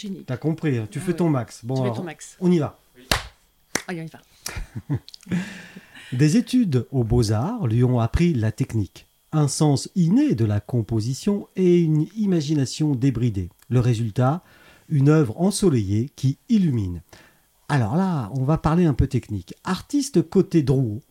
Génie. T'as compris, hein, tu Ah fais ouais. ton max. Bon, tu mets alors, ton max. on y va. Allez, on y va. Des études aux beaux-arts lui ont appris la technique, un sens inné de la composition et une imagination débridée. Le résultat, une œuvre ensoleillée qui illumine. Alors là, on va parler un peu technique. Artiste côté Drouot,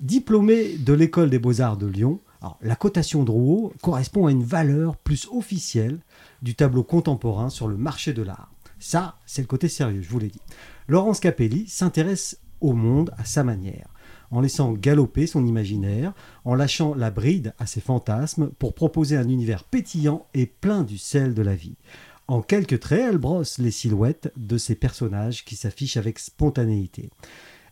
diplômé de l'école des beaux-arts de Lyon, alors, la cotation Drouot correspond à une valeur plus officielle du tableau contemporain sur le marché de l'art. Ça, c'est le côté sérieux, je vous l'ai dit. Laurence Capelli s'intéresse au monde à sa manière, en laissant galoper son imaginaire, en lâchant la bride à ses fantasmes pour proposer un univers pétillant et plein du sel de la vie. En quelques traits, elle brosse les silhouettes de ses personnages qui s'affichent avec spontanéité.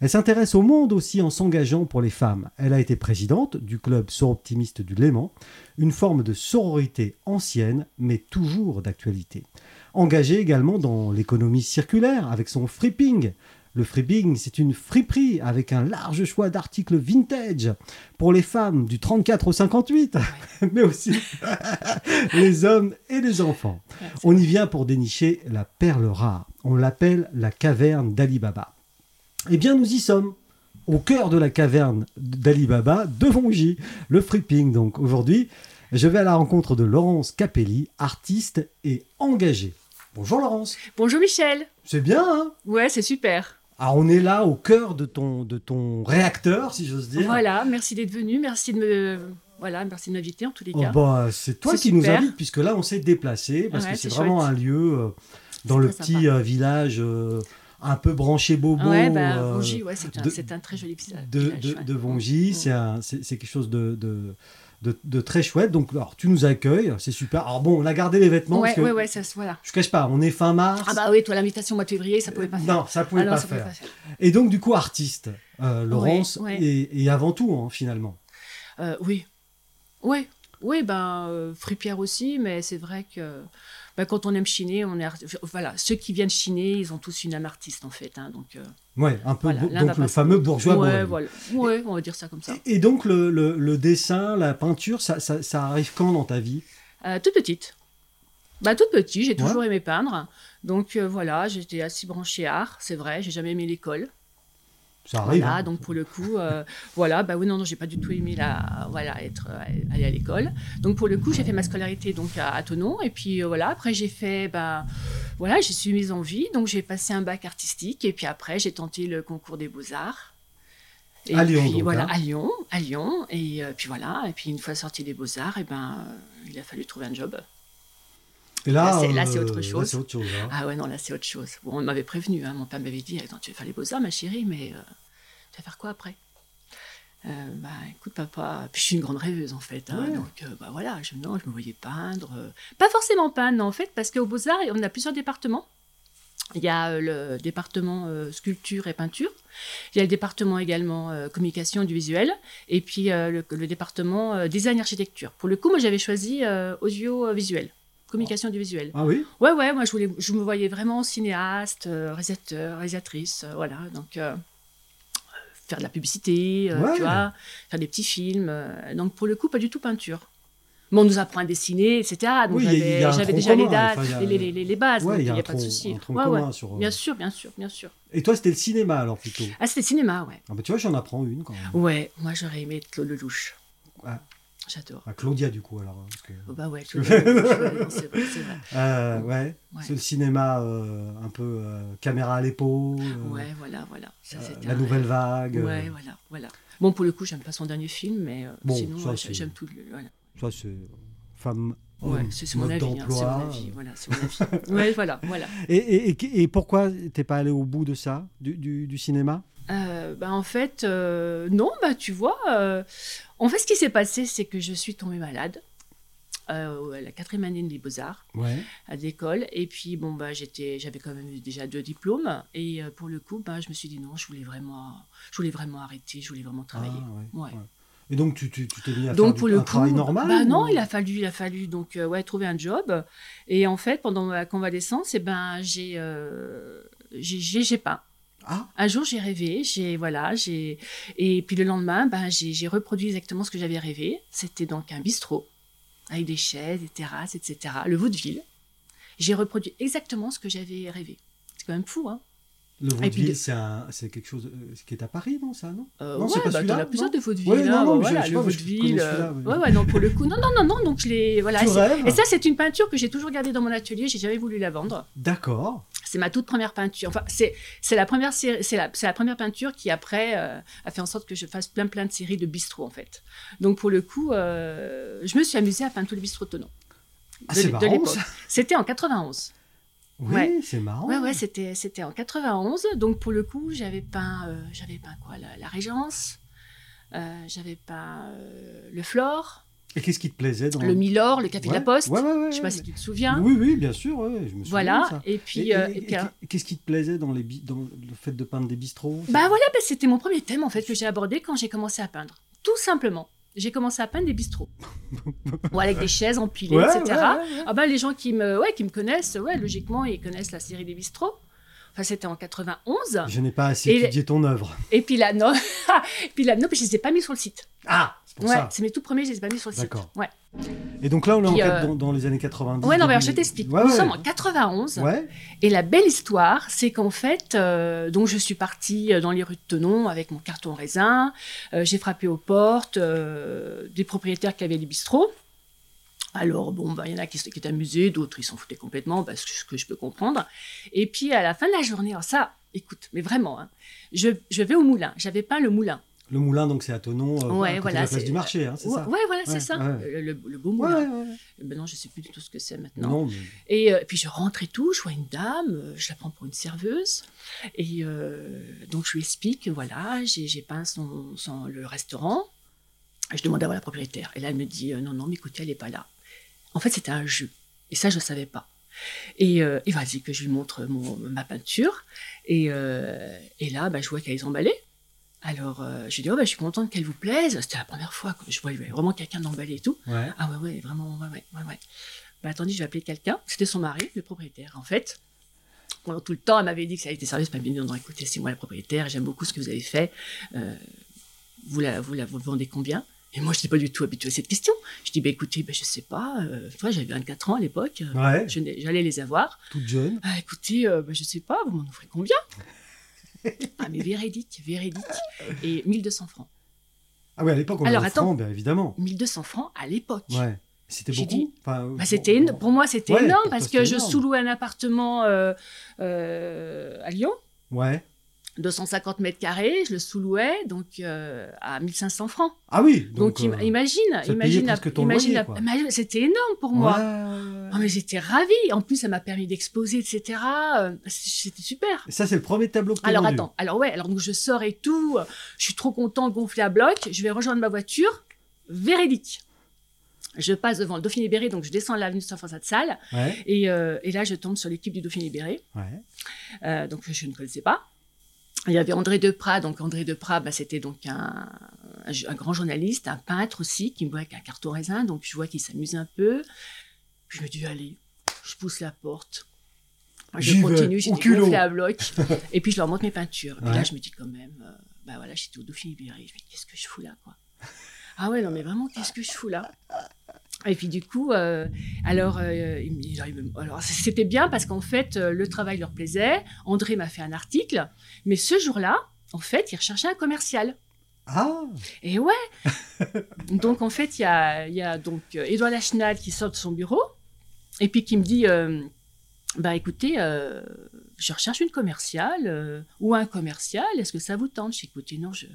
Elle s'intéresse au monde aussi en s'engageant pour les femmes. Elle a été présidente du club soroptimiste du Léman, une forme de sororité ancienne mais toujours d'actualité. Engagée également dans l'économie circulaire avec son fripping. Le fripping, c'est une friperie avec un large choix d'articles vintage pour les femmes du 34 au 58, mais aussi les hommes et les enfants. Ouais, c'est- On y vient pour dénicher la perle rare. On l'appelle la caverne d'Alibaba. Eh bien, nous y sommes. Au cœur de la caverne d'Alibaba, devant J, le Fripping. Donc aujourd'hui, je vais à la rencontre de Laurence Capelli, artiste et engagée. Bonjour Laurence. Bonjour Michel. C'est bien, hein Ouais, c'est super. Ah, on est là au cœur de ton, de ton réacteur, si j'ose dire. Voilà, merci d'être venu, merci de me voilà, merci de m'inviter en tous les Oh, cas. bah, c'est toi C'est qui nous super. invites, puisque là, on s'est déplacé, parce Ouais, que c'est c'est vraiment chouette. un lieu euh, dans C'est le très petit euh, village euh, un peu branché bobo. ouais, bah, euh, Vongy, ouais, c'est un, de- c'est un très joli visa- de, village. de, ouais. de Vongy. Mm. C'est un- C'est c'est quelque chose de, de, de- de très chouette. Donc, alors, tu nous accueilles, c'est super. Alors, bon, on a gardé les vêtements. parce Ouais, que, ouais, ouais, ça se voilà. Je cache pas, on est fin mars. Ah bah oui, toi l'invitation au mois de février, ça pouvait pas faire. Euh, non, ça pouvait Ah non, pas ça pouvait faire. pas faire. Et donc, du coup, artiste, euh, Laurence, ouais. Et, et avant tout, hein, finalement. Euh, oui. Oui. Oui, ben, euh, fripière aussi, mais c'est vrai que ben, quand on aime chiner, on est. art- Voilà, ceux qui viennent chiner, ils ont tous une âme artiste, en fait. hein, donc, euh, Ouais, un peu Voilà, bo- l'un va donc pas le sans fameux bourgeois ouais, bohème. voilà. ouais, on va dire ça comme ça. Et donc, le, le- le dessin, la peinture, ça, ça- ça arrive quand dans ta vie Euh, toute petite. Bah, toute petite, j'ai toujours Ouais. aimé peindre. Donc euh, voilà, j'étais assez branchée art, c'est vrai, j'ai jamais aimé l'école. Ça arrive. Voilà, hein. donc pour le coup, euh, voilà, bah oui, non, non, j'ai pas du tout aimé la, voilà, être, euh, aller à l'école. Donc pour le coup, j'ai fait ma scolarité donc à, à Thonon, et puis euh, voilà, après j'ai fait, bah, voilà, j'ai suis mise en vie, donc j'ai passé un bac artistique, et puis après j'ai tenté le concours des beaux arts. Et À Lyon, puis, donc, voilà, hein. à Lyon, à Lyon, et euh, puis voilà, et puis une fois sorti des beaux arts, et ben, euh, il a fallu trouver un job. Et là, là, c'est- là, c'est euh, autre chose. c'est autre chose, hein. Ah ouais, non, là, c'est autre chose. Bon, on m'avait prévenu, hein, mon père m'avait dit, attends, tu vas faire les beaux-arts, ma chérie, mais euh, tu vas faire quoi après Euh, bah écoute papa, puis je suis une grande rêveuse en fait, hein, Ouais. donc euh, bah voilà, je, non, je me voyais peindre, euh, pas forcément peindre non, en fait, parce qu'au Beaux-Arts, on a plusieurs départements. Il y a euh, le département euh, sculpture et peinture, il y a le département également euh, communication du visuel, et puis euh, le, le département euh, design architecture. Pour le coup, moi j'avais choisi euh, audio-visuel, communication du visuel. Ah oui Ouais, ouais, moi je, voulais, je me voyais vraiment cinéaste, euh, réalisateur, réalisatrice, euh, voilà. Donc, euh, faire de la publicité, euh, Ouais. tu vois, faire des petits films. euh, donc, pour le coup, pas du tout peinture. Mais on nous apprend à dessiner, etc. Donc, Oui, il y a- il j'avais y a un j'avais tronc déjà les commun, dates, enfin, il y a- les, les- les- les bases, Ouais, donc Ah, il un n'y a pas de tronc- souci. un tronc Ouais, ouais. commun sur, euh, Bien sûr, bien sûr, bien sûr. Et toi, c'était le cinéma alors plutôt Ah, c'était cinéma, ouais. Ah bah tu vois, j'en apprends une quand même. Ouais, moi j'aurais aimé être Claude Lelouch. Ah. J'adore. Ah, Claudia du coup alors. hein, parce que- Oh, bah ouais, Claude Lelouch, ouais, non, c'est vrai, c'est vrai. Euh, ouais, Ouais. c'est le cinéma euh, un peu euh, caméra à l'épaule, euh, Ouais, voilà, voilà. Ça, euh, c'était la un- nouvelle vague. euh, Ouais, voilà, voilà. Bon, pour le coup, j'aime pas son dernier film, mais euh, Bon, sinon, ça, ouais, c'est- j'aime tout. le- voilà. Ça c'est femme, Ouais, homme, c'est c'est mon mode avis. hein, c'est d'emploi. euh, mon avis. Voilà, c'est mon avis. ouais, voilà, voilà. Et, et, et- et pourquoi t'es pas allé au bout de ça, du, du- du cinéma Euh, bah, en fait, euh, non, bah, tu vois, euh, en fait, ce qui s'est passé, c'est que je suis tombée malade euh, à la quatrième année des Beaux-Arts. Ouais. à l'école. Et puis, bon, bah, j'étais, j'avais quand même eu déjà deux diplômes. Et euh, pour le coup, bah, je me suis dit non, je voulais vraiment, je voulais vraiment arrêter, je voulais vraiment travailler. Ah, ouais, Ouais. ouais. Et donc tu tu- tu t'es mis à faire donc du- pour le un coup, travail normal bah, non, ou- il a fallu, il a fallu donc euh, ouais trouver un job. Et en fait, pendant ma convalescence, et ben j'ai, euh, j'ai, j'ai, j'ai peint. Ah, Un jour, j'ai rêvé, j'ai voilà, j'ai et puis le lendemain, ben j'ai, j'ai reproduit exactement ce que j'avais rêvé. C'était donc un bistrot avec des chaises, des terrasses, etc. Le vaudeville. J'ai reproduit exactement ce que j'avais rêvé. C'est quand même fou, hein Le puis vaudeville, de- c'est un- c'est quelque chose euh, qui est à Paris, non, ça, non Euh, Non, ouais, c'est pas bah, celui-là, t'en as plusieurs non de vaudeville. Ouais, hein, non, non, mais voilà, je- je le vois, mais je vaudeville, connais euh, celui-là, oui. ouais, ouais, non, pour le coup. Non, non, non, non, donc je l'ai. Voilà, Tu c'est- rêves et ça, c'est une peinture que j'ai toujours gardée dans mon atelier, j'ai jamais voulu la vendre. D'accord. C'est ma toute première peinture. Enfin, c'est c'est la, première série- c'est la, c'est la première peinture qui, après, euh, a fait en sorte que je fasse plein, plein de séries de bistrots, en fait. Donc, pour le coup, euh, je me suis amusée à peindre tous les bistrots tenants. Ah, de- c'est de marrant, l'époque. ça. Oh. C'était en 91. Oui, Ouais. c'est marrant. Ouais, ouais, c'était, c'était en 91. Donc, pour le coup, j'avais peint, euh, j'avais peint quoi La, la Régence, euh, j'avais peint euh, le Flore, Et qu'est-ce qui te plaisait dans le Milor, le Café de la Ouais, Poste. ouais, ouais, ouais, Je sais pas ouais. si tu te souviens. Oui, oui, bien sûr, ouais, je me souviens de voilà. ça. Et puis. Et- euh, et- et puis, et alors- qu'est-ce qui te plaisait dans, les bi- dans le fait de peindre des bistrots ça bah voilà, bah, c'était mon premier thème en fait que j'ai abordé quand j'ai commencé à peindre. Tout simplement. J'ai commencé à peindre des bistrots. Ou avec des chaises empilées, Ouais, etc. ouais, ouais, ouais. Ah bah, les gens qui me, ouais, qui me connaissent, ouais, logiquement, ils connaissent la série des bistrots. Enfin, c'était en 91. Je n'ai pas assez Et- étudié ton œuvre. Et puis là, non. et puis là, non, mais je les ai pas mis sur le site. Ah, c'est pour Ouais, ça. c'est mes tout premiers, je les ai pas mis sur le site. D'accord. Ouais. Et donc là, on est en Puis, quête euh, dans, dans les années 90. Ouais, non, mais alors, début- je t'explique. Ouais, Nous ouais. sommes en 91. Ouais, Et la belle histoire, c'est qu'en fait, euh, donc je suis partie euh, dans les rues de Tenon avec mon carton raisin. euh, J'ai frappé aux portes euh, des propriétaires qui avaient des bistrots. Alors, bon, bah, il y en a qui s- qui étaient amusés, d'autres ils s'en foutaient complètement, parce que ce que je peux comprendre. Et puis à la fin de la journée, alors ça, écoute, mais vraiment, hein, je, je vais au moulin. J'avais peint le moulin. le moulin, donc c'est à Tonon, euh, Ouais, à voilà, côté de la place c'est- du marché, hein, c'est Ouais, ça ouais, voilà, Ouais, c'est ça. Euh, ouais. Le, le- le beau Ouais, moulin. ouais, ouais. Ben non, je sais plus du tout ce que c'est maintenant. Non, mais- Et euh, puis je rentre et tout, je vois une dame, euh, je la prends pour une serveuse. Et euh, donc je lui explique, voilà, j'ai j'ai peint son, son- le restaurant. Et je demande à voir la propriétaire. Et là, elle me dit, euh, non, non, mais écoutez, elle n'est pas là. En fait, c'était un jeu. Et ça, je ne savais pas. Et, euh, et vas-y, que je lui montre mon- ma peinture. Et, euh, et là, bah, je vois qu'elle est emballée. Alors, euh, je lui dis, oh, bah, je suis contente qu'elle vous plaise. C'était la première fois que je voyais vraiment quelqu'un d'emballé et tout. ouais. Ah ouais, ouais, vraiment, ouais, ouais, ouais, ouais. Bah, attendez, je vais appeler quelqu'un. C'était son mari, le propriétaire, en fait. Pendant tout le temps, elle m'avait dit que ça avait été sérieux, c'est pas bien. Non, non, écoutez, c'est moi la propriétaire, j'aime beaucoup ce que vous avez fait. Euh, vous, la, vous la vous le vendez combien Et moi, je n'étais pas du tout habituée à cette question. Je dis, bah, écoutez, bah, je sais pas. euh, toi, j'avais 24 ans à l'époque. euh, Ouais, je n'ai- J'allais les avoir. toute jeune. Ah, écoutez, euh, bah, je sais pas, vous m'en offrez combien Ah, mais véridique, véridique. Et 1200 francs. Ah oui, à l'époque, on Alors, avait attends. francs, bien évidemment. 1200 francs à l'époque. Ouais. C'était J'ai beaucoup dit- Enfin, euh, Bah, c'était éno- pour moi, c'était Ouais, énorme pour toi, parce c'était que je énorme. sous-louais un appartement euh, euh, à Lyon, Ouais. 250 mètres carrés, je le sous-louais donc euh, à 1500 francs. Ah oui Donc, im- euh, imagine, te payait imagine, la- presque ton imagine, loyer, la- quoi. imagine- c'était énorme pour ouais. moi. Oh, mais j'étais ravie. En plus, ça m'a permis d'exposer, etc. Euh, C'était super. Ça, c'est le premier tableau que t'as Alors vendu. attends, alors ouais, alors donc je sors et tout, euh, je suis trop content, gonflé à bloc, je vais rejoindre ma voiture, véridique. Je passe devant le Dauphiné-Berry, donc je descends l'avenue de Saint-François de Sales, Ouais, Et, euh, et là, je tombe sur l'équipe du Dauphiné Libéré, ouais. euh, donc je ne connaissais pas. Il y avait André Deprat, donc André Deprat, bah, c'était donc un, un ju- un grand journaliste, un peintre aussi, qui me voit avec un carton raisin, donc je vois qu'il s'amuse un peu. Je me dis, allez, je pousse la porte. J'y Je vais, continue, j'ai au des culot. gonflés à bloc. et puis je leur montre mes peintures. Et Ouais. là, je me dis quand même, euh, bah voilà, j'étais au Dauphiné Libéré. Je me dis, qu'est-ce que je fous là, quoi Ah ouais, non, mais vraiment, qu'est-ce que je fous là et puis du coup, euh, alors, euh, il me dit, alors, il me- alors, c'était bien parce qu'en fait, euh, le travail leur plaisait. André m'a fait un article, mais ce jour-là, en fait, il recherchait un commercial. Ah Et ouais. donc en fait, il y a, il y a donc euh, Édouard Lachenal qui sort de son bureau et puis qui me dit, euh, bah écoutez, euh, je recherche une commerciale euh, ou un commercial. Est-ce que ça vous tente Je dis, écoutez, non, je,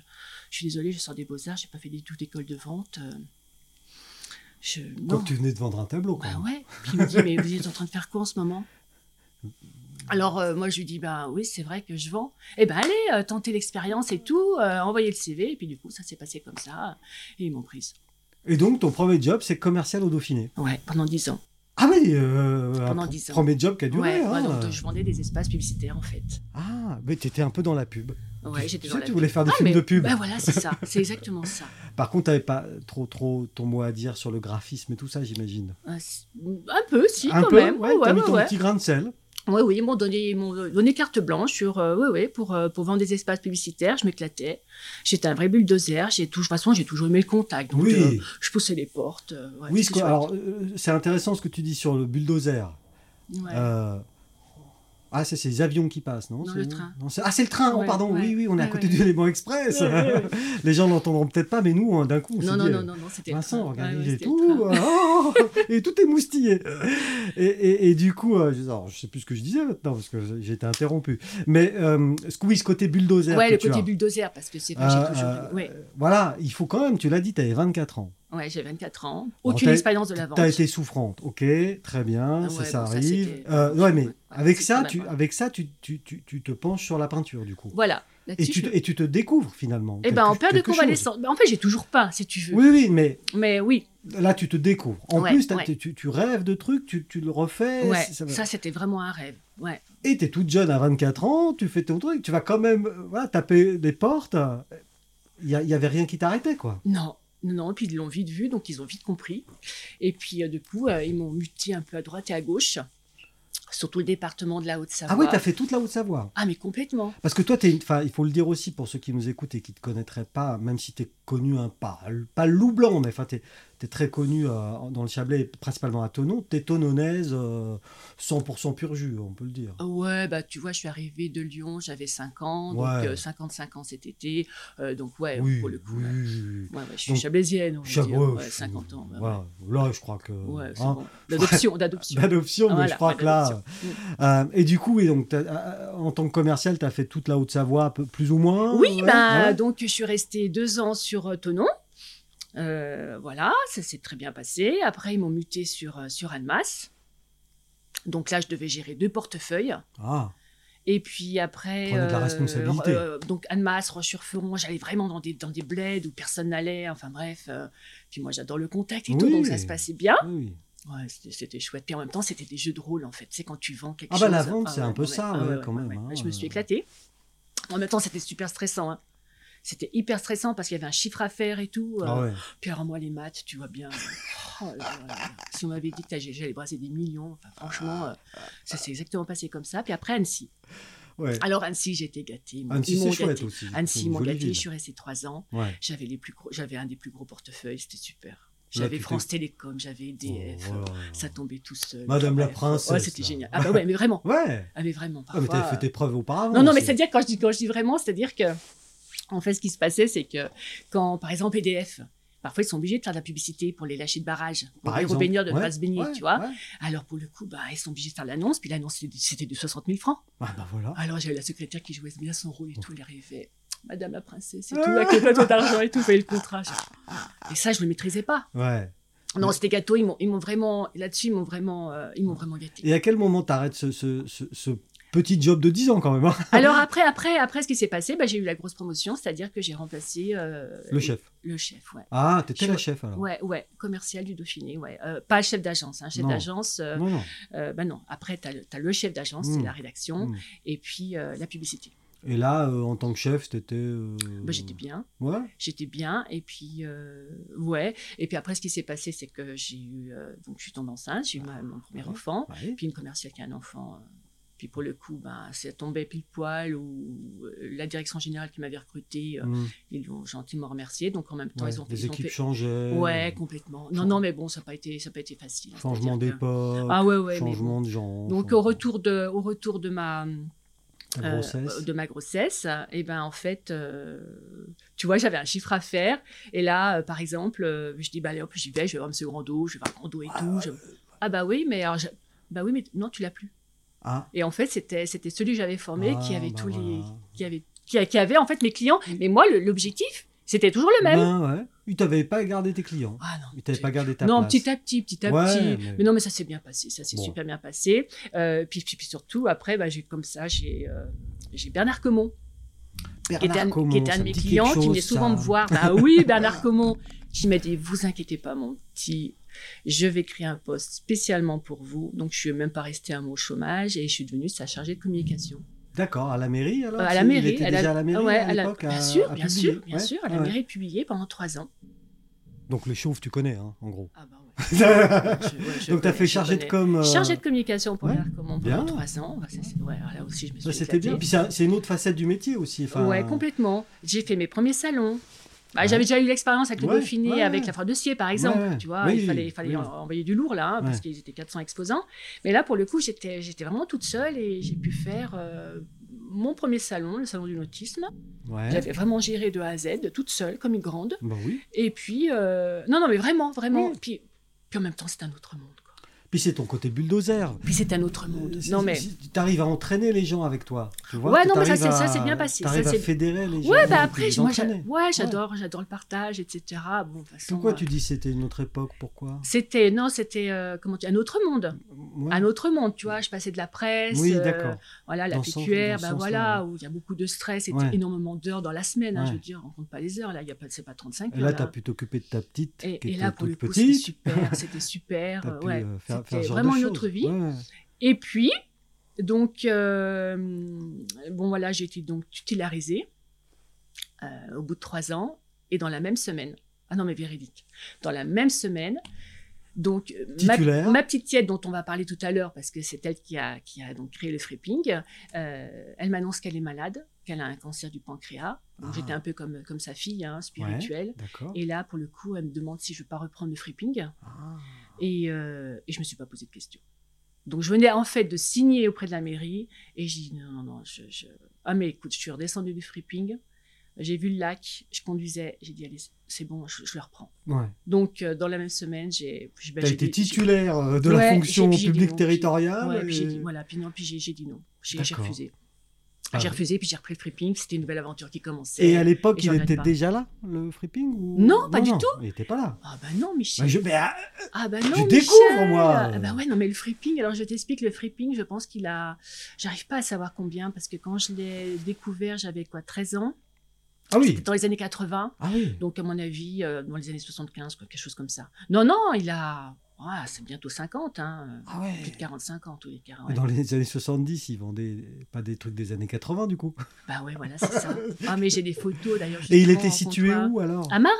je suis désolée, je sors des beaux arts, j'ai pas fait du tout d'école de vente. euh, je, non. Donc, tu venais de vendre un tableau, quand Bah même. ouais. Puis il me dit, mais vous êtes en train de faire quoi en ce moment Alors euh, moi je lui dis, bah oui, c'est vrai que je vends. Eh ben allez, euh, tentez l'expérience et tout, euh, envoyez le CV. Et puis du coup, ça s'est passé comme ça. Et ils m'ont prise. Et donc, ton premier job, c'est commercial au Dauphiné. Ouais, pendant 10 ans. Ah oui euh, un Pendant pr- dix ans. Premier job qui a duré. ouais, hein. ouais, donc, euh, je vendais des espaces publicitaires en fait. Ah, mais t'étais un peu dans la pub. Ouais, tu, j'étais tu dans sais, la tu voulais faire des Ah, films mais- de pub. Bah voilà, c'est ça. C'est exactement ça. Par contre, t'avais pas trop, trop ton mot à dire sur le graphisme et tout ça, j'imagine. Un s- Euh, un peu, si, un quand peu, même. ouais, t'as mis ton ouais. petit grain de sel. Oui, oui, ils m'ont donné, ils m'ont donné carte blanche sur, euh, ouais, ouais, pour, euh, pour vendre des espaces publicitaires. Je m'éclatais. J'étais un vrai bulldozer. J'ai tout, de toute façon, j'ai toujours aimé le contact. Donc, Oui, euh, je poussais les portes. euh, ouais, c'était oui ce que- chouette. alors, euh, c'est intéressant ce que tu dis sur le bulldozer. Ouais. Euh, Ah, c'est c'est les avions qui passent, non, Non, c'est- le train. non, c'est- ah, c'est le train, oh, Ouais, pardon, ouais. oui, oui, on est à Ouais, côté ouais. du Léman Express. Ouais, ouais, ouais. Les gens l'entendront peut-être pas, mais nous, hein, d'un coup, on Non, s'est non, dit, non, euh, non, non, c'était le Vincent, train. regardez, Ouais, ouais, il est c'était le tout, train. oh, et tout est moustillé. Et, et- et du coup, euh, je, alors, je sais plus ce que je disais maintenant parce que j'ai été interrompu. Mais euh, ce- oui, ce côté bulldozer Ouais, que le tu côté as. bulldozer, parce que c'est vrai, j'ai Euh, toujours. euh, Ouais, Voilà, il faut quand même, tu l'as dit, tu avais 24 ans. ouais j'ai 24 ans. ah. Bon, Aucune t'as- expérience de la vente. Tu as été souffrante, ok, très bien, Ah ça, ouais, ça bon, ça, arrive. c'était- Euh, ouais, mais Ouais, avec, c'est ça, quand même, tu, ouais. avec ça, tu, tu, tu, tu te penches sur la peinture du coup. Voilà. Et là-dessus, tu, je- te- et tu te découvres finalement. Eh ben, quelque- en période de quelque chose. convalescence. Ben, En fait, j'ai toujours pas, si tu veux. Oui, oui, mais Mais oui, là, tu te découvres. En Ouais, plus, t'as- ouais. tu, tu- tu rêves de trucs, tu, tu le refais. ouais, Eh, ça ça, va- c'était vraiment un rêve. Ouais. et tu es toute jeune à 24 ans, tu fais ton truc, tu vas quand même euh, voilà, taper des portes. euh, Il n'y avait rien qui t'arrêtait, quoi. Non, non, non. Puis ils l'ont vite vu, donc ils ont vite compris. Et puis, euh, du coup, euh, ils m'ont muté un peu à droite et à gauche, surtout le département de la Haute-Savoie. Ah oui, tu as fait toute la Haute-Savoie. Ah, mais complètement. Parce que toi, t'es une- enfin, il faut le dire aussi pour ceux qui nous écoutent et qui ne te connaîtraient pas, même si tu es connu, un pas, pas loup blanc, mais enfin, tu es, très connu euh, dans le Chablais, principalement à Tonon. Tu es tononnaise euh, 100% pur jus, on peut le dire. Ouais, bah tu vois, je suis arrivée de Lyon, j'avais 5 ans, Ouais. donc euh, 55 ans cet été. Euh, donc ouais, oui, pour le coup. oui, ouais. oui, oui. Ouais, ouais, je suis Donc, chablaisienne, on va Chab- dire. ouais, Ouais, je- 50 ans. bah ouais, voilà. Là, je crois que. Ouais, c'est hein, bon. D'adoption, d'adoption. D'adoption, mais Voilà, je crois ouais, que là. d'adoption. Mm. euh, et du coup, oui, donc, t'as- euh, en tant que commercial, tu as fait toute la Haute-Savoie, peu- plus ou moins Oui, ouais, Ah bah, ouais. donc je suis restée deux ans sur euh, Tonon. Euh, voilà, ça s'est très bien passé. Après, ils m'ont muté sur, euh, sur Almas. Donc là, je devais gérer deux portefeuilles. Ah, Et puis après. euh, Prenez de la responsabilité. donc Annemasse, Roche-sur-Foron, j'allais vraiment dans des, dans des bleds où personne n'allait. Enfin bref. euh, puis moi, j'adore le contact et tout, Oui. donc ça se passait bien. oui, oui. Ouais, c'était c'était chouette. Puis en même temps, c'était des jeux de rôle en fait. C'est quand tu vends quelque Ah bah, chose. la vente, c'est un ouais, peu ça, ouais, quand même, hein, Je me suis euh. éclatée. En même temps, c'était super stressant. hein. C'était hyper stressant parce qu'il y avait un chiffre à faire et tout. euh. Ah ouais. Puis alors, moi, les maths, tu vois bien. euh, oh là là là là. Si on m'avait dit que t'as- j'allais brasser des millions, enfin, franchement, euh, ça s'est exactement passé comme ça. Puis après, Annecy. ouais. Alors Annecy, j'étais gâtée. Ils m'ont- Annecy, ils m'ont c'est chouette gâtée. aussi. C'est Annecy, une mon jolie gâtée, ville. je suis restée trois ans. Ouais. J'avais les plus gros, j'avais un des plus gros portefeuilles, c'était super. J'avais tu France Télécom, j'avais EDF, Oh, euh, ouais, ouais, ouais. ça tombait tout seul. Madame la Bref, princesse, ouais, c'était là. génial. Ah bah ouais, mais vraiment. Ouais. Ah mais vraiment. Ah, mais parfois, t'avais fait euh, tes preuves auparavant. Non, non, mais aussi. c'est-à-dire, quand je dis, quand je dis vraiment, c'est-à-dire que, en fait, ce qui se passait, c'est que quand, par exemple, EDF, parfois, ils sont obligés de faire de la publicité pour les lâchers de barrage, pour Par dire aux exemple. baigneurs de ne Ouais, pas se baigner, ouais, tu vois. ouais. Alors, pour le coup, bah, ils sont obligés de faire l'annonce, puis l'annonce, c'était- c'était de 60 000 francs. Ah, bah voilà. Alors j'avais la secrétaire qui jouait bien son rôle et tout, elle arrivait, Madame la princesse et tout, avec le plateau d'argent et tout, fallait le contrat. Et ça, je ne le maîtrisais pas. Ouais. Non, c'était gâteau, ils m'ont, ils m'ont vraiment, là-dessus, ils m'ont vraiment, euh, ils m'ont vraiment gâté. Et à quel moment t'arrêtes ce, ce, ce, ce petit job de 10 ans quand même hein Alors après, après, après, ce qui s'est passé, bah, j'ai eu la grosse promotion, c'est-à-dire que j'ai remplacé euh, Le chef. Le chef, ouais. Ah, t'étais Je- la chef alors. Ouais, ouais, commercial du Dauphiné, ouais. Euh, pas chef d'agence, hein, chef Non. d'agence, euh, Non, non. euh, bah non. Après, t'as le, t'as le chef d'agence, Mm. c'est la rédaction, Mm. et puis euh, la publicité. Et là, euh, en tant que chef, t'étais. euh, Bah, j'étais bien. Ouais. j'étais bien et puis euh, ouais et puis après ce qui s'est passé c'est que j'ai eu euh, donc je suis tombée enceinte j'ai eu ma- mon premier Ouais. enfant ouais. puis une commerciale qui a un enfant euh, puis pour le coup ben c'est tombé pile poil ou euh, la direction générale qui m'avait recruté Mm. ils l'ont gentiment remercié donc en même temps Ouais. ils ont Les ils ont équipes fait changeaient. ouais complètement non Change- non mais bon ça n'a pas été ça a pas été facile hein, Changement c'est-à-dire que- d'époque. ah ouais ouais mais bon. Changement de genre. donc au changement- retour de au retour de ma la euh, Grossesse. de ma grossesse, et ben en fait, euh, tu vois, j'avais un chiffre à faire. Et là, euh, par exemple, euh, je dis, bah allez hop, j'y vais, je vais voir Monsieur Grando, je vais voir Grando et tout. je- Ah bah oui, mais alors, je- bah oui, mais non, tu l'as plus. Ah. Et en fait, c'était c'était celui que j'avais formé qui Ah, avait bah tous les, voilà. Mm. qui avait, qui, a- qui avait en fait mes clients. Mais moi, le- l'objectif, c'était toujours le même. Ben ouais. Ils t'avaient pas gardé tes clients. Ah non. Ils t'avaient pas gardé ta Non, place. petit à petit, petit à Ouais, petit. mais- Mais... non, mais ça s'est bien passé, ça s'est Bon. super bien passé. Euh, puis, puis, puis surtout, après, bah, j'ai comme ça, j'ai euh, j'ai Bernard Comon, qui était un, Bernard Comon, qui était un ça de me mes dit quelque clients, qui chose, venait souvent ça. me voir. Bah oui, Bernard Comon, qui m'a dit Vous inquiétez pas, mon petit, je vais créer un poste spécialement pour vous. Donc, je suis même pas restée un mois au chômage et je suis devenue sa chargée de communication. D'accord, à la mairie alors Euh, à tu- la mairie. Il était elle a- déjà à la mairie Ouais, à elle a- l'époque à- Bien sûr, à bien publier. sûr, bien Ouais, sûr. Elle a ouais. mairie publié pendant trois ans. Donc le chauve, tu connais, hein, en gros. Ah bah ouais. Je- ouais, je Donc tu as connais, fait je chargé de connais. com. euh, Chargée de communication pour ouais, Bernard Comon bien. pendant trois ans. Bah, ça, c'est- ouais, alors là aussi, je me suis ça, bah, C'était éclatée. bien. Puis c'est un- c'est une autre facette du métier aussi. enfin, Ouais, complètement. J'ai fait mes premiers salons. Bah, J'avais déjà eu l'expérience avec le Ouais, Dauphiné, ouais, avec ouais. la foire de Sier, par exemple. Ouais, Tu vois, oui, il fallait, il fallait oui. en- envoyer du lourd, là, hein, parce Ouais. qu'ils étaient 400 exposants. Mais là, pour le coup, j'étais j'étais vraiment toute seule et j'ai pu faire euh, mon premier salon, le salon du nautisme. Ouais. J'avais vraiment géré de A à Z, toute seule, comme une grande. Bah oui. Et puis, euh, non, non, mais vraiment, vraiment. Oui. Puis, puis en même temps, c'est un autre monde. quoi. Puis c'est ton côté bulldozer. Puis c'est un autre monde. Non, mais. Tu arrives à entraîner les gens avec toi. Tu vois, Ouais, que non, mais ça, t'arrives c'est- ça, à- c'est bien passé. t'arrives Ça, à c'est- fédérer les gens. Ouais, bah tu après, les moi, j'a- entraînes. ouais, j'adore, j'adore le partage, etc. Bon, de toute façon, Pourquoi euh, tu dis c'était une autre époque Pourquoi C'était, non, c'était, euh, comment tu- un autre monde. Ouais. Un autre monde, tu vois. Je passais de la presse, Oui, euh, d'accord. voilà, la Dans ce sens- PQR, dans ce ben sens-là, voilà, où il y a beaucoup de stress et Ouais. énormément d'heures dans la semaine. hein, Ouais. je veux dire, on compte pas les heures, là, il y a pas, c'est pas 35 Et heures. là, là, tu as hein. pu t'occuper de ta petite Et, qui et était là, pour le toute coup, c'était petite. super, c'était super. T'as euh, pu, ouais, euh, faire- faire c'était ce genre de vraiment une choses. autre vie. Ouais. Et puis, donc, euh, bon voilà, j'ai été donc tutélarisée euh, au bout de trois ans et dans la même semaine. Ah non, mais véridique. Dans la même semaine, donc euh, ma, Titulaire. ma petite tiède dont on va parler tout à l'heure parce que c'est elle qui a, qui a donc créé le fripping, euh, elle m'annonce qu'elle est malade, qu'elle a un cancer du pancréas. Donc, Ah. J'étais un peu comme, comme sa fille, hein, spirituelle. D'accord. Et là, pour le coup, elle me demande si je veux pas reprendre le fripping. Ah. Et, euh, et je me suis pas posé de questions. Donc je venais en fait de signer auprès de la mairie et j'ai dit non, non, non, je, je- Ah mais écoute, je suis redescendue du fripping, j'ai vu le lac, je conduisais, j'ai dit allez, c'est bon, je, je le reprends. Ouais. Donc euh, dans la même semaine, j'ai... j'ai- bah, T'as j'ai été dit- j'ai- titulaire euh, de la Ouais, fonction j'ai- j'ai dit publique non, territoriale. Ouais, puis j'ai et- dit, voilà, puis non, puis j'ai, j'ai dit non, j'ai, j'ai D'accord. refusé. Ah j'ai oui. refusé, puis j'ai repris le fripping, c'était une nouvelle aventure qui commençait. Et à l'époque, et j'en il reviens était pas. déjà là, le fripping ou... Non, pas du tout. Il n'était pas là. Ah bah non, Michel. Bah, je- mais, ah, Ah bah non, Je Michel découvre, moi. Ah bah ouais, non mais le fripping, alors je t'explique, le fripping, je pense qu'il a... J'arrive pas à savoir combien, parce que quand je l'ai découvert, j'avais quoi, 13 ans ah C'était oui. dans les années 80, Ah oui. donc à mon avis, euh, dans les années 75, quoi, quelque chose comme ça. Non, non, il a... Ouais, c'est bientôt 50, hein. Ah ouais. Plus de 45 ans, tous les 40. ouais. Dans les années 70, ils vendaient pas des trucs des années 80 du coup. Bah ouais, voilà, c'est ça. Ah mais j'ai des photos d'ailleurs. Et il justement, était situé rencontre-toi. où alors À Marin.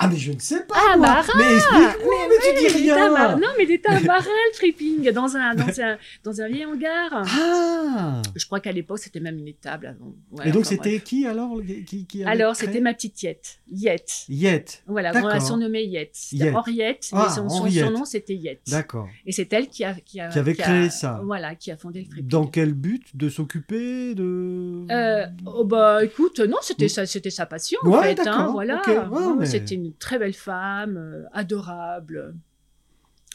Ah mais je ne sais pas. Ah, moi. Marin Mais explique-moi, mais, tu dis Il était à Marin. rien. Non mais il était à Marin, le fripping, dans un, dans un, dans un vieil hangar. Ah. Je crois qu'à l'époque, c'était même une étable. avant. Ouais, Et donc enfin, c'était qui alors le- qui, qui bref. avait Alors, créé c'était ma petite Yette. Yette. Yette. Voilà, on l'a D'accord. surnommée Yette. C'était Yette. Henriette, Ah, mais son, son Henriette. surnom, c'était Yette. D'accord. Et c'est elle qui a... Qui, a- Qui avait a- créé ça. Voilà, qui a fondé le fripping. Dans quel but De s'occuper de. Euh, oh, bah écoute, non, Mm. c'était sa, c'était sa passion en Ouais, fait. hein, d'accord, voilà, ok, ouais, Ouais, mais- c'était une très belle femme, euh, adorable,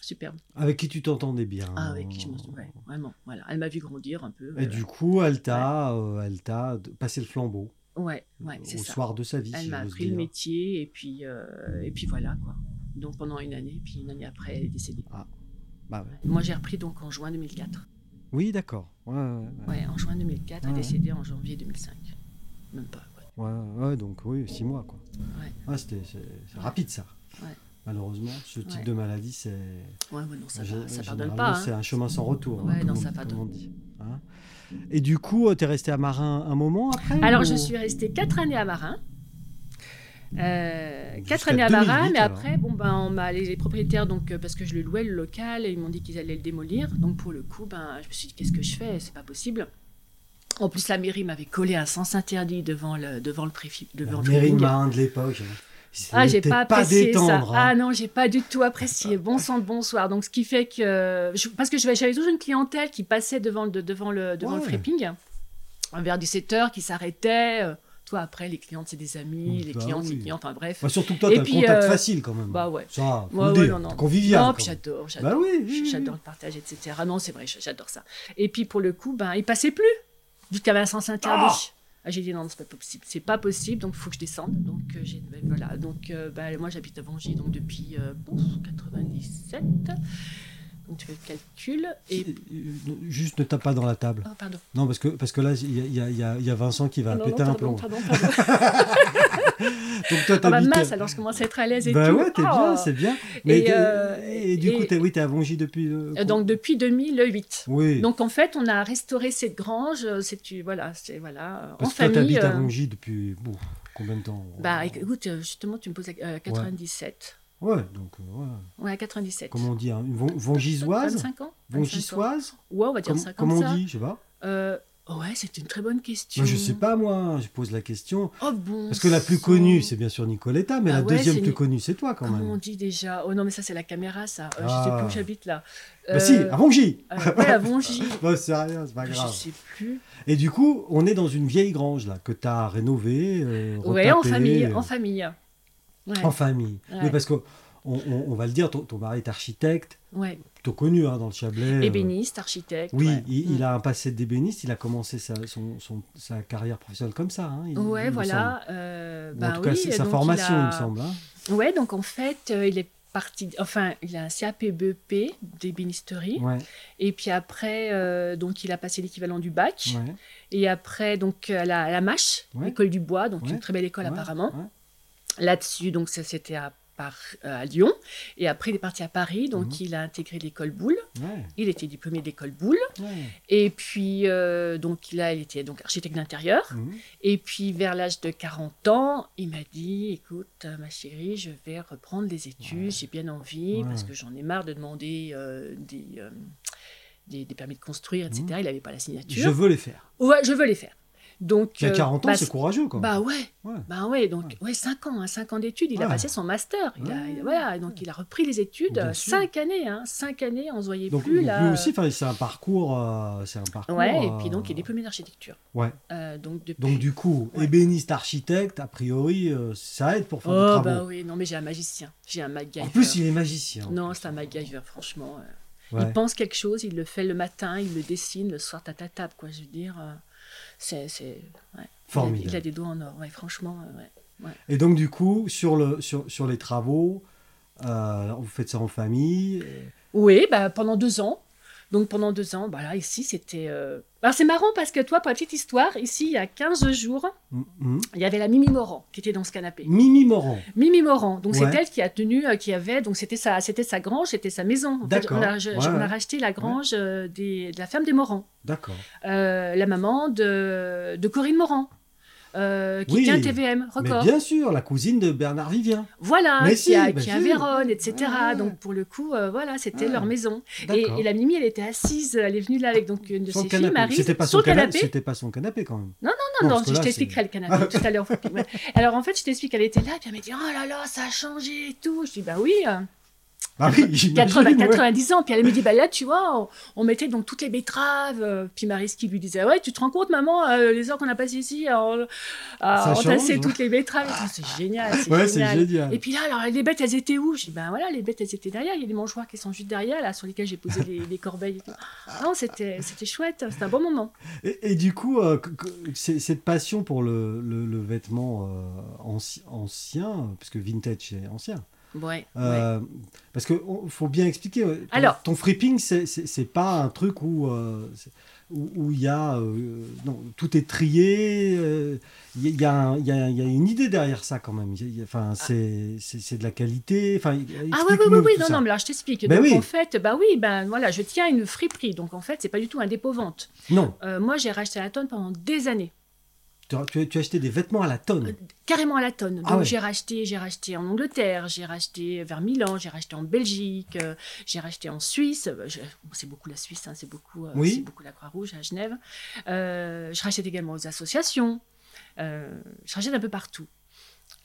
superbe. Avec qui tu t'entendais bien. Ah oui, qui je me souviens, vraiment. Voilà, elle m'a vu grandir un peu. Oh. euh, Et voilà. du coup, elle t'a euh, elle t'a d- passé le flambeau Ouais, ouais, c'est au ça. soir de sa vie. si Elle m'a j'ose appris le dire. métier et puis, euh, et puis voilà quoi. Donc pendant une année, puis une année après, elle est décédée. Bah ouais. Moi j'ai repris donc en juin 2004. Oui, d'accord. Ouais, ouais, ouais. Ouais, en juin 2004, elle est Ouais. décédée en janvier 2005. Même pas. quoi. Ouais, ouais, donc oui, six mois quoi. Ouais. Ah, c'était- c'est c'est rapide ça. Ouais. Malheureusement, ce type Ouais. de maladie, c'est. Ouais, ouais, non, ça, gé- va- ça pardonne généralement, pas. C'est hein. un chemin sans retour. Ouais, comme non, on- ça pardonne. comme on dit, hein. Et du coup, tu es resté à Marin un moment après Alors ou- je suis restée 4 années à Marin. Euh, quatre Jusqu'à années à Marin, 2008, mais alors. après, bon, ben, on m'a, les, les propriétaires, donc, euh, parce que je le louais le local, et ils m'ont dit qu'ils allaient le démolir. Donc pour le coup, ben, je me suis dit, qu'est-ce que je fais C'est pas possible. En plus, la mairie m'avait collé un sens interdit devant le, devant le préfet. La Devant le mairie de building. Marin de l'époque. hein. Ah, j'ai C'était pas apprécié ça. détendre, hein. Ah non, j'ai pas du tout apprécié. Bon sang de bonsoir. Donc, ce qui fait que. euh, je- parce que j'avais j'avais toujours une clientèle qui passait devant, le- de- devant, le, devant Ouais. le fripping, hein, vers 17h, qui s'arrêtait. euh, Toi, après, les clientes, c'est des amis, Mm, les bah clientes, c'est oui. les clients, enfin bref. Bah, surtout que toi, Ah, Et t'as un puis, contact euh, facile quand même. bah ouais. Ça, faut Ouais, le ouais, dire, non, non. convivial. Non, quand puis même. j'adore, j'adore. Bah oui, oui, oui. J'adore le partage, etc. Non, c'est vrai, j'adore ça. Et puis pour le coup, ben, il passait plus, vu qu'il y avait un sens interdit. Oh Ah, j'ai dit non, c'est pas possible, c'est pas possible, donc il faut que je descende. Donc euh, j'ai- ben, voilà, donc euh, ben, moi j'habite à Vangy, donc depuis euh, pouf, 97. Donc tu fais le calcul et Euh, Juste ne tape pas dans la table. oh, pardon. Non, parce que, parce que là, il y a- il y, a- il y a- il y a Vincent qui va Ah non, non, péter un Bah, plomb. pardon, pardon, pardon. Donc toi, Ah, bah, t'habites- mince, alors je commence à être à l'aise et Bah tout. ouais, t'es bien, Ah. c'est bien. Mais Et, t'es- euh, et du coup, et- t'es, oui, t'es à Vongy depuis. euh, Euh, Donc depuis 2008. oui. Donc en fait, on a restauré cette grange, euh, c'est tu voilà, c'est voilà, euh, parce en que toi, famille. t'habites à euh, Vongy depuis ouf, combien de temps Bah écoute, euh, justement, tu me poses la- euh, 97. Ouais, donc, euh, ouais. Ouais, 97. comment on dit hein, Une Von- Vongisoise 25 ans 25 ans. Vongisoise Ouais, on va dire Comme- ça comme, Comment on ça. dit Je sais pas. Euh, Ouais, c'est une très bonne question. Moi, je sais pas, moi, hein, je pose la question. Oh bon. Parce que la plus sang. connue, c'est bien sûr Nicoletta, mais Ah la ouais, deuxième c'est plus Ni- connue, c'est toi quand Comment on même. dit déjà Oh non, mais ça, c'est la caméra, ça. Euh, Je sais Ah. plus où j'habite là. Bah si, Euh, à Rongy euh, ouais, à Vongy. Bah, c'est rien, c'est pas Je grave. sais plus. Et du coup, on est dans une vieille grange, là, que t'as rénovée. euh, Ouais, en retapée, famille, euh, en famille. Ouais, en famille. Oui, Ouais. parce que, on, on- on va le dire, ton, ton mari est architecte, ouais. plutôt connu hein, dans le Chablais. euh, Ébéniste, architecte. Oui, ouais. il, Mm. il a un passé d'ébéniste, il a commencé sa, son- son- sa carrière professionnelle comme ça. hein, il- il Ouais, me semble. voilà. euh, Ou bah en tout cas, oui, c'est donc sa il formation, il, a- me semble. hein. Ouais, donc en fait, euh, il est parti. Enfin, il a un CAP BEP d'ébénisterie. Ouais, Et puis après, euh, donc il a passé l'équivalent du bac. ouais, Et après, donc à la, à la Mâche, Ouais. l'école du bois, donc Ouais. une très belle école Ouais. apparemment. ouais. Là-dessus, donc ça c'était à, Par- euh, à Lyon. Et après, il est parti à Paris, donc Mhm. il a intégré l'école Boulle. Ouais, Il était diplômé de l'école Boulle. ouais. Et puis, euh, donc là, il était donc architecte d'intérieur. Mhm. Et puis, vers l'âge de 40 ans, il m'a dit Écoute, euh, ma chérie, je vais reprendre les études, j'ai bien envie, Ouais. parce que j'en ai marre de demander euh, des, euh, des, des permis de construire, etc. Il n'avait pas la signature. Mmh. Je veux les faire. Ouais, je veux les faire. Donc, Il y a euh, 40 ans, bah, c'est courageux quand même. Bah ouais. Ouais. Bah ouais, donc ouais. 5 ans, 5 ans d'études, il a Ouais. passé son master. Il a- Ouais, il- voilà, donc il a repris les études, Bien sûr. 5 années, hein, 5 années, on se voyait donc, plus donc, là. lui aussi, enfin, c'est un parcours. euh, c'est un parcours Ouais, et puis euh, donc il est diplômé d'architecture. Ouais. Euh, donc depuis... Donc, du coup, Ouais. ébéniste, architecte, a priori, euh, ça aide pour faire Oh des bah travaux. oui, non mais j'ai un magicien, j'ai un MacGyver. en plus, il est magicien. Non, c'est un MacGyver, franchement. euh. Ouais. Il pense quelque chose, il le fait le matin, il le dessine, le soir, tatatap, quoi, je veux dire. euh, C'est... c'est- ouais. Formidable. Il a, il a des doigts en or, ouais, franchement, euh, ouais. Et donc, du coup, sur, le, sur, sur les travaux, euh, vous faites ça en famille. euh, Oui, bah, pendant deux ans. Donc pendant deux ans, bah, là, ici, c'était... euh, Alors c'est marrant parce que toi, pour la petite histoire, ici, il y a 15 jours, hum, hum. il y avait la Mimi Moran qui était dans ce canapé. Mimi Moran. Mimi Moran, donc Mm. Ouais. c'est elle qui a tenu, euh, qui avait, donc c'était sa, c'était sa grange, c'était sa maison. En fait, D'accord. on a, je- je- Ouais, on a ouais. racheté la grange euh, des- de la ferme des Morans, D'accord. Euh, la maman de, de Corinne Moran, euh, qui Oui, tient TVM, Mais record. bien sûr, la cousine de Bernard Vivien. Voilà, Mais qui, si, a, bah qui a si. Vérone, etc. Ouais. Donc pour le coup, euh, voilà, c'était Ouais. leur maison. Et, D'accord. et la Mimi, elle était assise, elle est venue là avec donc une de Sur le ses filles, canapé. Marie, C'était pas sur son le canapé. canapé. C'était pas son canapé quand même. non, non, parce que je là, t'expliquerai le canapé tout à l'heure. Ouais. Alors en fait, je t'explique, elle était là, puis elle m'a dit, oh là là, ça a changé et tout. Je dis, bah oui, euh, c'est- Ah oui, j'imagine, 80, ouais. 90 ans. Puis elle me dit, bah là, tu vois, on, on mettait donc toutes les betteraves. euh, Puis Marie, ce qui lui disait, ouais, tu te rends compte, maman, euh, les heures qu'on a passées ici, à en- à Ça entasser change. Ah, toutes les betteraves. et tout. C'est génial, c'est Ouais, c'est génial. génial. Et puis là, alors les bêtes, elles étaient où Je dis, ben voilà, les bêtes, elles étaient derrière. Il y a les mangeoires qui sont juste derrière, là, sur lesquelles j'ai posé les, les corbeilles. et tout. Ah Non, c'était c'était chouette, c'était un bon moment. Et, et du coup, euh, que- que- c'est- cette passion pour le, le- le vêtement euh, anci- ancien, parce que vintage c'est ancien, Ouais. ouais. euh, parce que on- faut bien expliquer. ouais, ton- Alors- ton fripping, c'est- c'est c'est pas un truc où euh, c'est- où où il y a euh, non, tout est trié. euh, Il y, a- il y a un- il y a il y a une idée derrière ça quand même. Il y a- il y a- Enfin, c'est c'est- c'est de la qualité. Enfin, Ah oui, oui, oui, oui, non, non, mais là, je t'explique. Ben donc, oui. en fait, bah oui, ben voilà, je tiens une friperie. Donc, en fait, c'est pas du tout un dépôt-vente. non. Euh, moi, j'ai racheté à la tonne pendant des années. Tu as, tu as- tu as acheté des vêtements à la Euh, tonne. Carrément à la tonne. Donc Ah ouais. j'ai racheté, j'ai racheté en Angleterre, j'ai racheté vers Milan, j'ai racheté en Belgique, euh, j'ai racheté en Suisse. Euh, je- bon, C'est beaucoup la Suisse, hein, c'est beaucoup, euh, Oui. c'est beaucoup la Croix Rouge à Genève. Euh, je rachète également aux associations. Euh, je rachète un peu partout.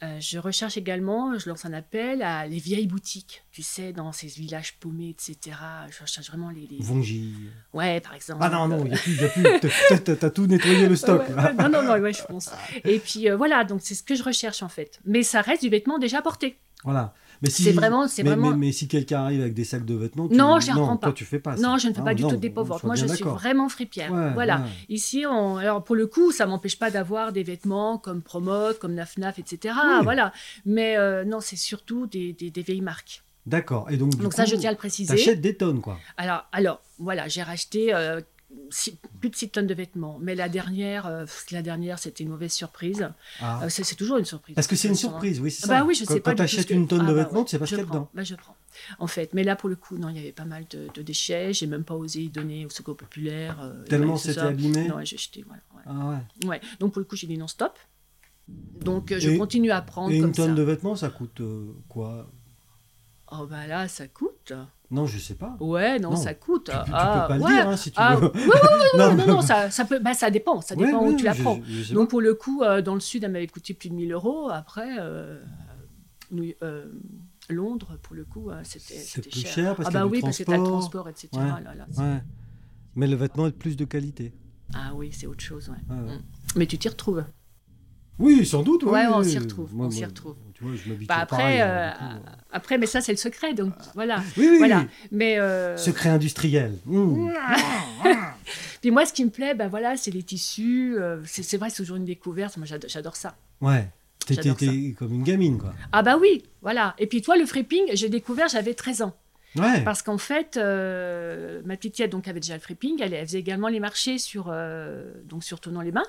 Euh, je recherche également, je lance un appel à les vieilles boutiques, tu sais, dans ces villages paumés, etc. Je recherche vraiment les. les- Vongi. Ouais, par exemple. Ah non, non, il n'y a plus, il y a plus. T'as- t'as- T'as tout nettoyé le stock. Ouais, là. ouais, non, non, non, ouais, je pense. Et puis euh, voilà, donc c'est ce que je recherche en fait. Mais ça reste du vêtement déjà porté. Voilà. Mais si, C'est vraiment- mais, c'est vraiment- mais- mais si quelqu'un arrive avec des sacs de vêtements, tu- Non, je les reprends toi pas. tu fais pas. ça. Non, je ne fais Ah, pas du non, tout de on dépôt vente. soit Moi, bien je suis d'accord. vraiment fripière. Ouais, voilà. ouais. Ici, on... alors pour le coup, ça m'empêche pas d'avoir des vêtements comme Promote, comme Nafnaf, etc. Oui. Voilà. Mais euh, non, c'est surtout des, des- des vieilles marques. D'accord. Et donc, du donc ça, coup, je tiens à le préciser. T'achètes des tonnes, quoi. Alors, alors, voilà, j'ai racheté euh, six- plus de 6 tonnes de vêtements. Mais la dernière, euh, pff, la dernière, c'était une mauvaise surprise. Ah. Euh, c'est c'est toujours une surprise. Parce que c'est de une toute façon, hein. surprise, oui, c'est ça. Bah oui, je quand, sais pas. du Quand tout ce t'achètes que- une tonne Ah de bah vêtements, ouais, tu sais pas ce je qu'il y a prends, dedans. Bah je prends. En fait, mais là pour le coup, non, il y avait pas mal de, de déchets. J'ai même pas osé y donner au Secours Populaire. euh, Tellement et tout ça. c'était abîmé. Non, j'ai jeté. Voilà, ouais. Ah ouais. Ouais. Donc pour le coup, j'ai dit non stop. Donc euh, je Et- continue à prendre Et une comme tonne ça. de vêtements, ça coûte euh, quoi Oh bah là, ça coûte. Non, je sais pas. Ouais, non, Non, ça coûte. Tu, tu Ah, peux pas ouais. le dire hein, si tu Ah, veux. ouais, ouais, ouais, ouais, Non, non, mais- non, ça, ça peut, bah, ça dépend, ça Ouais, dépend ouais, où tu la je- prends. je sais Donc pour le coup, euh, dans le sud, elle m'avait coûté plus de 1000 euros. Après, euh, New- euh, Londres, pour le coup, euh, pas. c'était c'est c'était plus cher. cher parce Ah qu'il y a bah du oui, parce que t'as le transport. transport, etc. Ouais. là, là, c'est- Ouais. Mais le vêtement est de plus de qualité. Ah oui, c'est autre chose, ouais. Ouais, ouais. Mm. Mais tu t'y retrouves. Oui, sans doute. oui, Ouais, oui, on oui. s'y retrouve, on s'y retrouve. Tu vois, je m'habitue Bah, après, pareil, euh, hein, du coup, euh. Après, mais ça, c'est le secret, donc voilà. Oui, oui, voilà. oui. Mais euh, Secret industriel. Mmh. puis moi, ce qui me plaît, ben voilà, c'est les tissus. euh, c'est c'est vrai, c'est toujours une découverte. Moi, j'ado- j'adore ça. Ouais. T'es- t'es- J'adore ça. T'es comme une gamine, quoi. Ah bah oui, voilà. Et puis toi, le fripping, j'ai découvert, j'avais 13 ans. Ouais. Parce qu'en fait, euh, ma petite fillette donc, avait déjà le fripping, elle, elle faisait également les marchés sur, euh, donc, sur Tournant les Bains.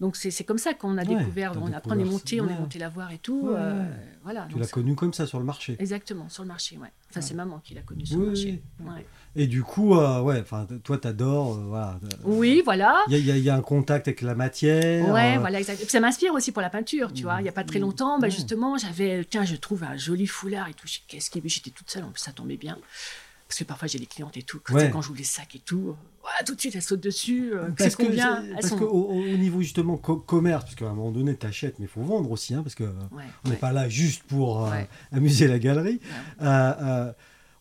Donc c'est c'est comme ça qu'on a Ouais, découvert, t'as on apprend découvert les ça, montées, on ouais. est monté la voir et tout. Ouais, euh, ouais. voilà, Tu donc l'as c'est- connue comme ça sur le marché. Exactement, sur le marché, ouais. Enfin, c'est maman qui l'a connu sur Oui, le marché. oui. ouais. Et du coup, euh, ouais, enfin, t- toi, t'adores, euh, voilà. Oui, voilà. Il y, a- il y a- il y a un contact avec la matière. Ouais, euh, voilà, exact. Et puis Ça m'inspire aussi pour la peinture, tu vois. Il n'y a pas très Mm. longtemps, bah, Ouais. justement, j'avais, tiens, je trouve un joli foulard et tout. J'ai- Qu'est-ce qu'il y avait J'étais toute seule, en plus, ça tombait bien. Parce que parfois, j'ai des clientes et tout. Quand, Ouais. quand je vous les sacs et tout, euh, ouais, tout de suite, elles sautent dessus. euh, Parce c'est que, combien c'est- Elles parce sont- que au, au niveau justement co- commerce, parce qu'à un moment donné, t'achètes, mais il faut vendre aussi, hein, parce que euh, Ouais, on n'est ouais. pas là juste pour euh, Ouais. amuser la galerie. Ouais. Euh, euh,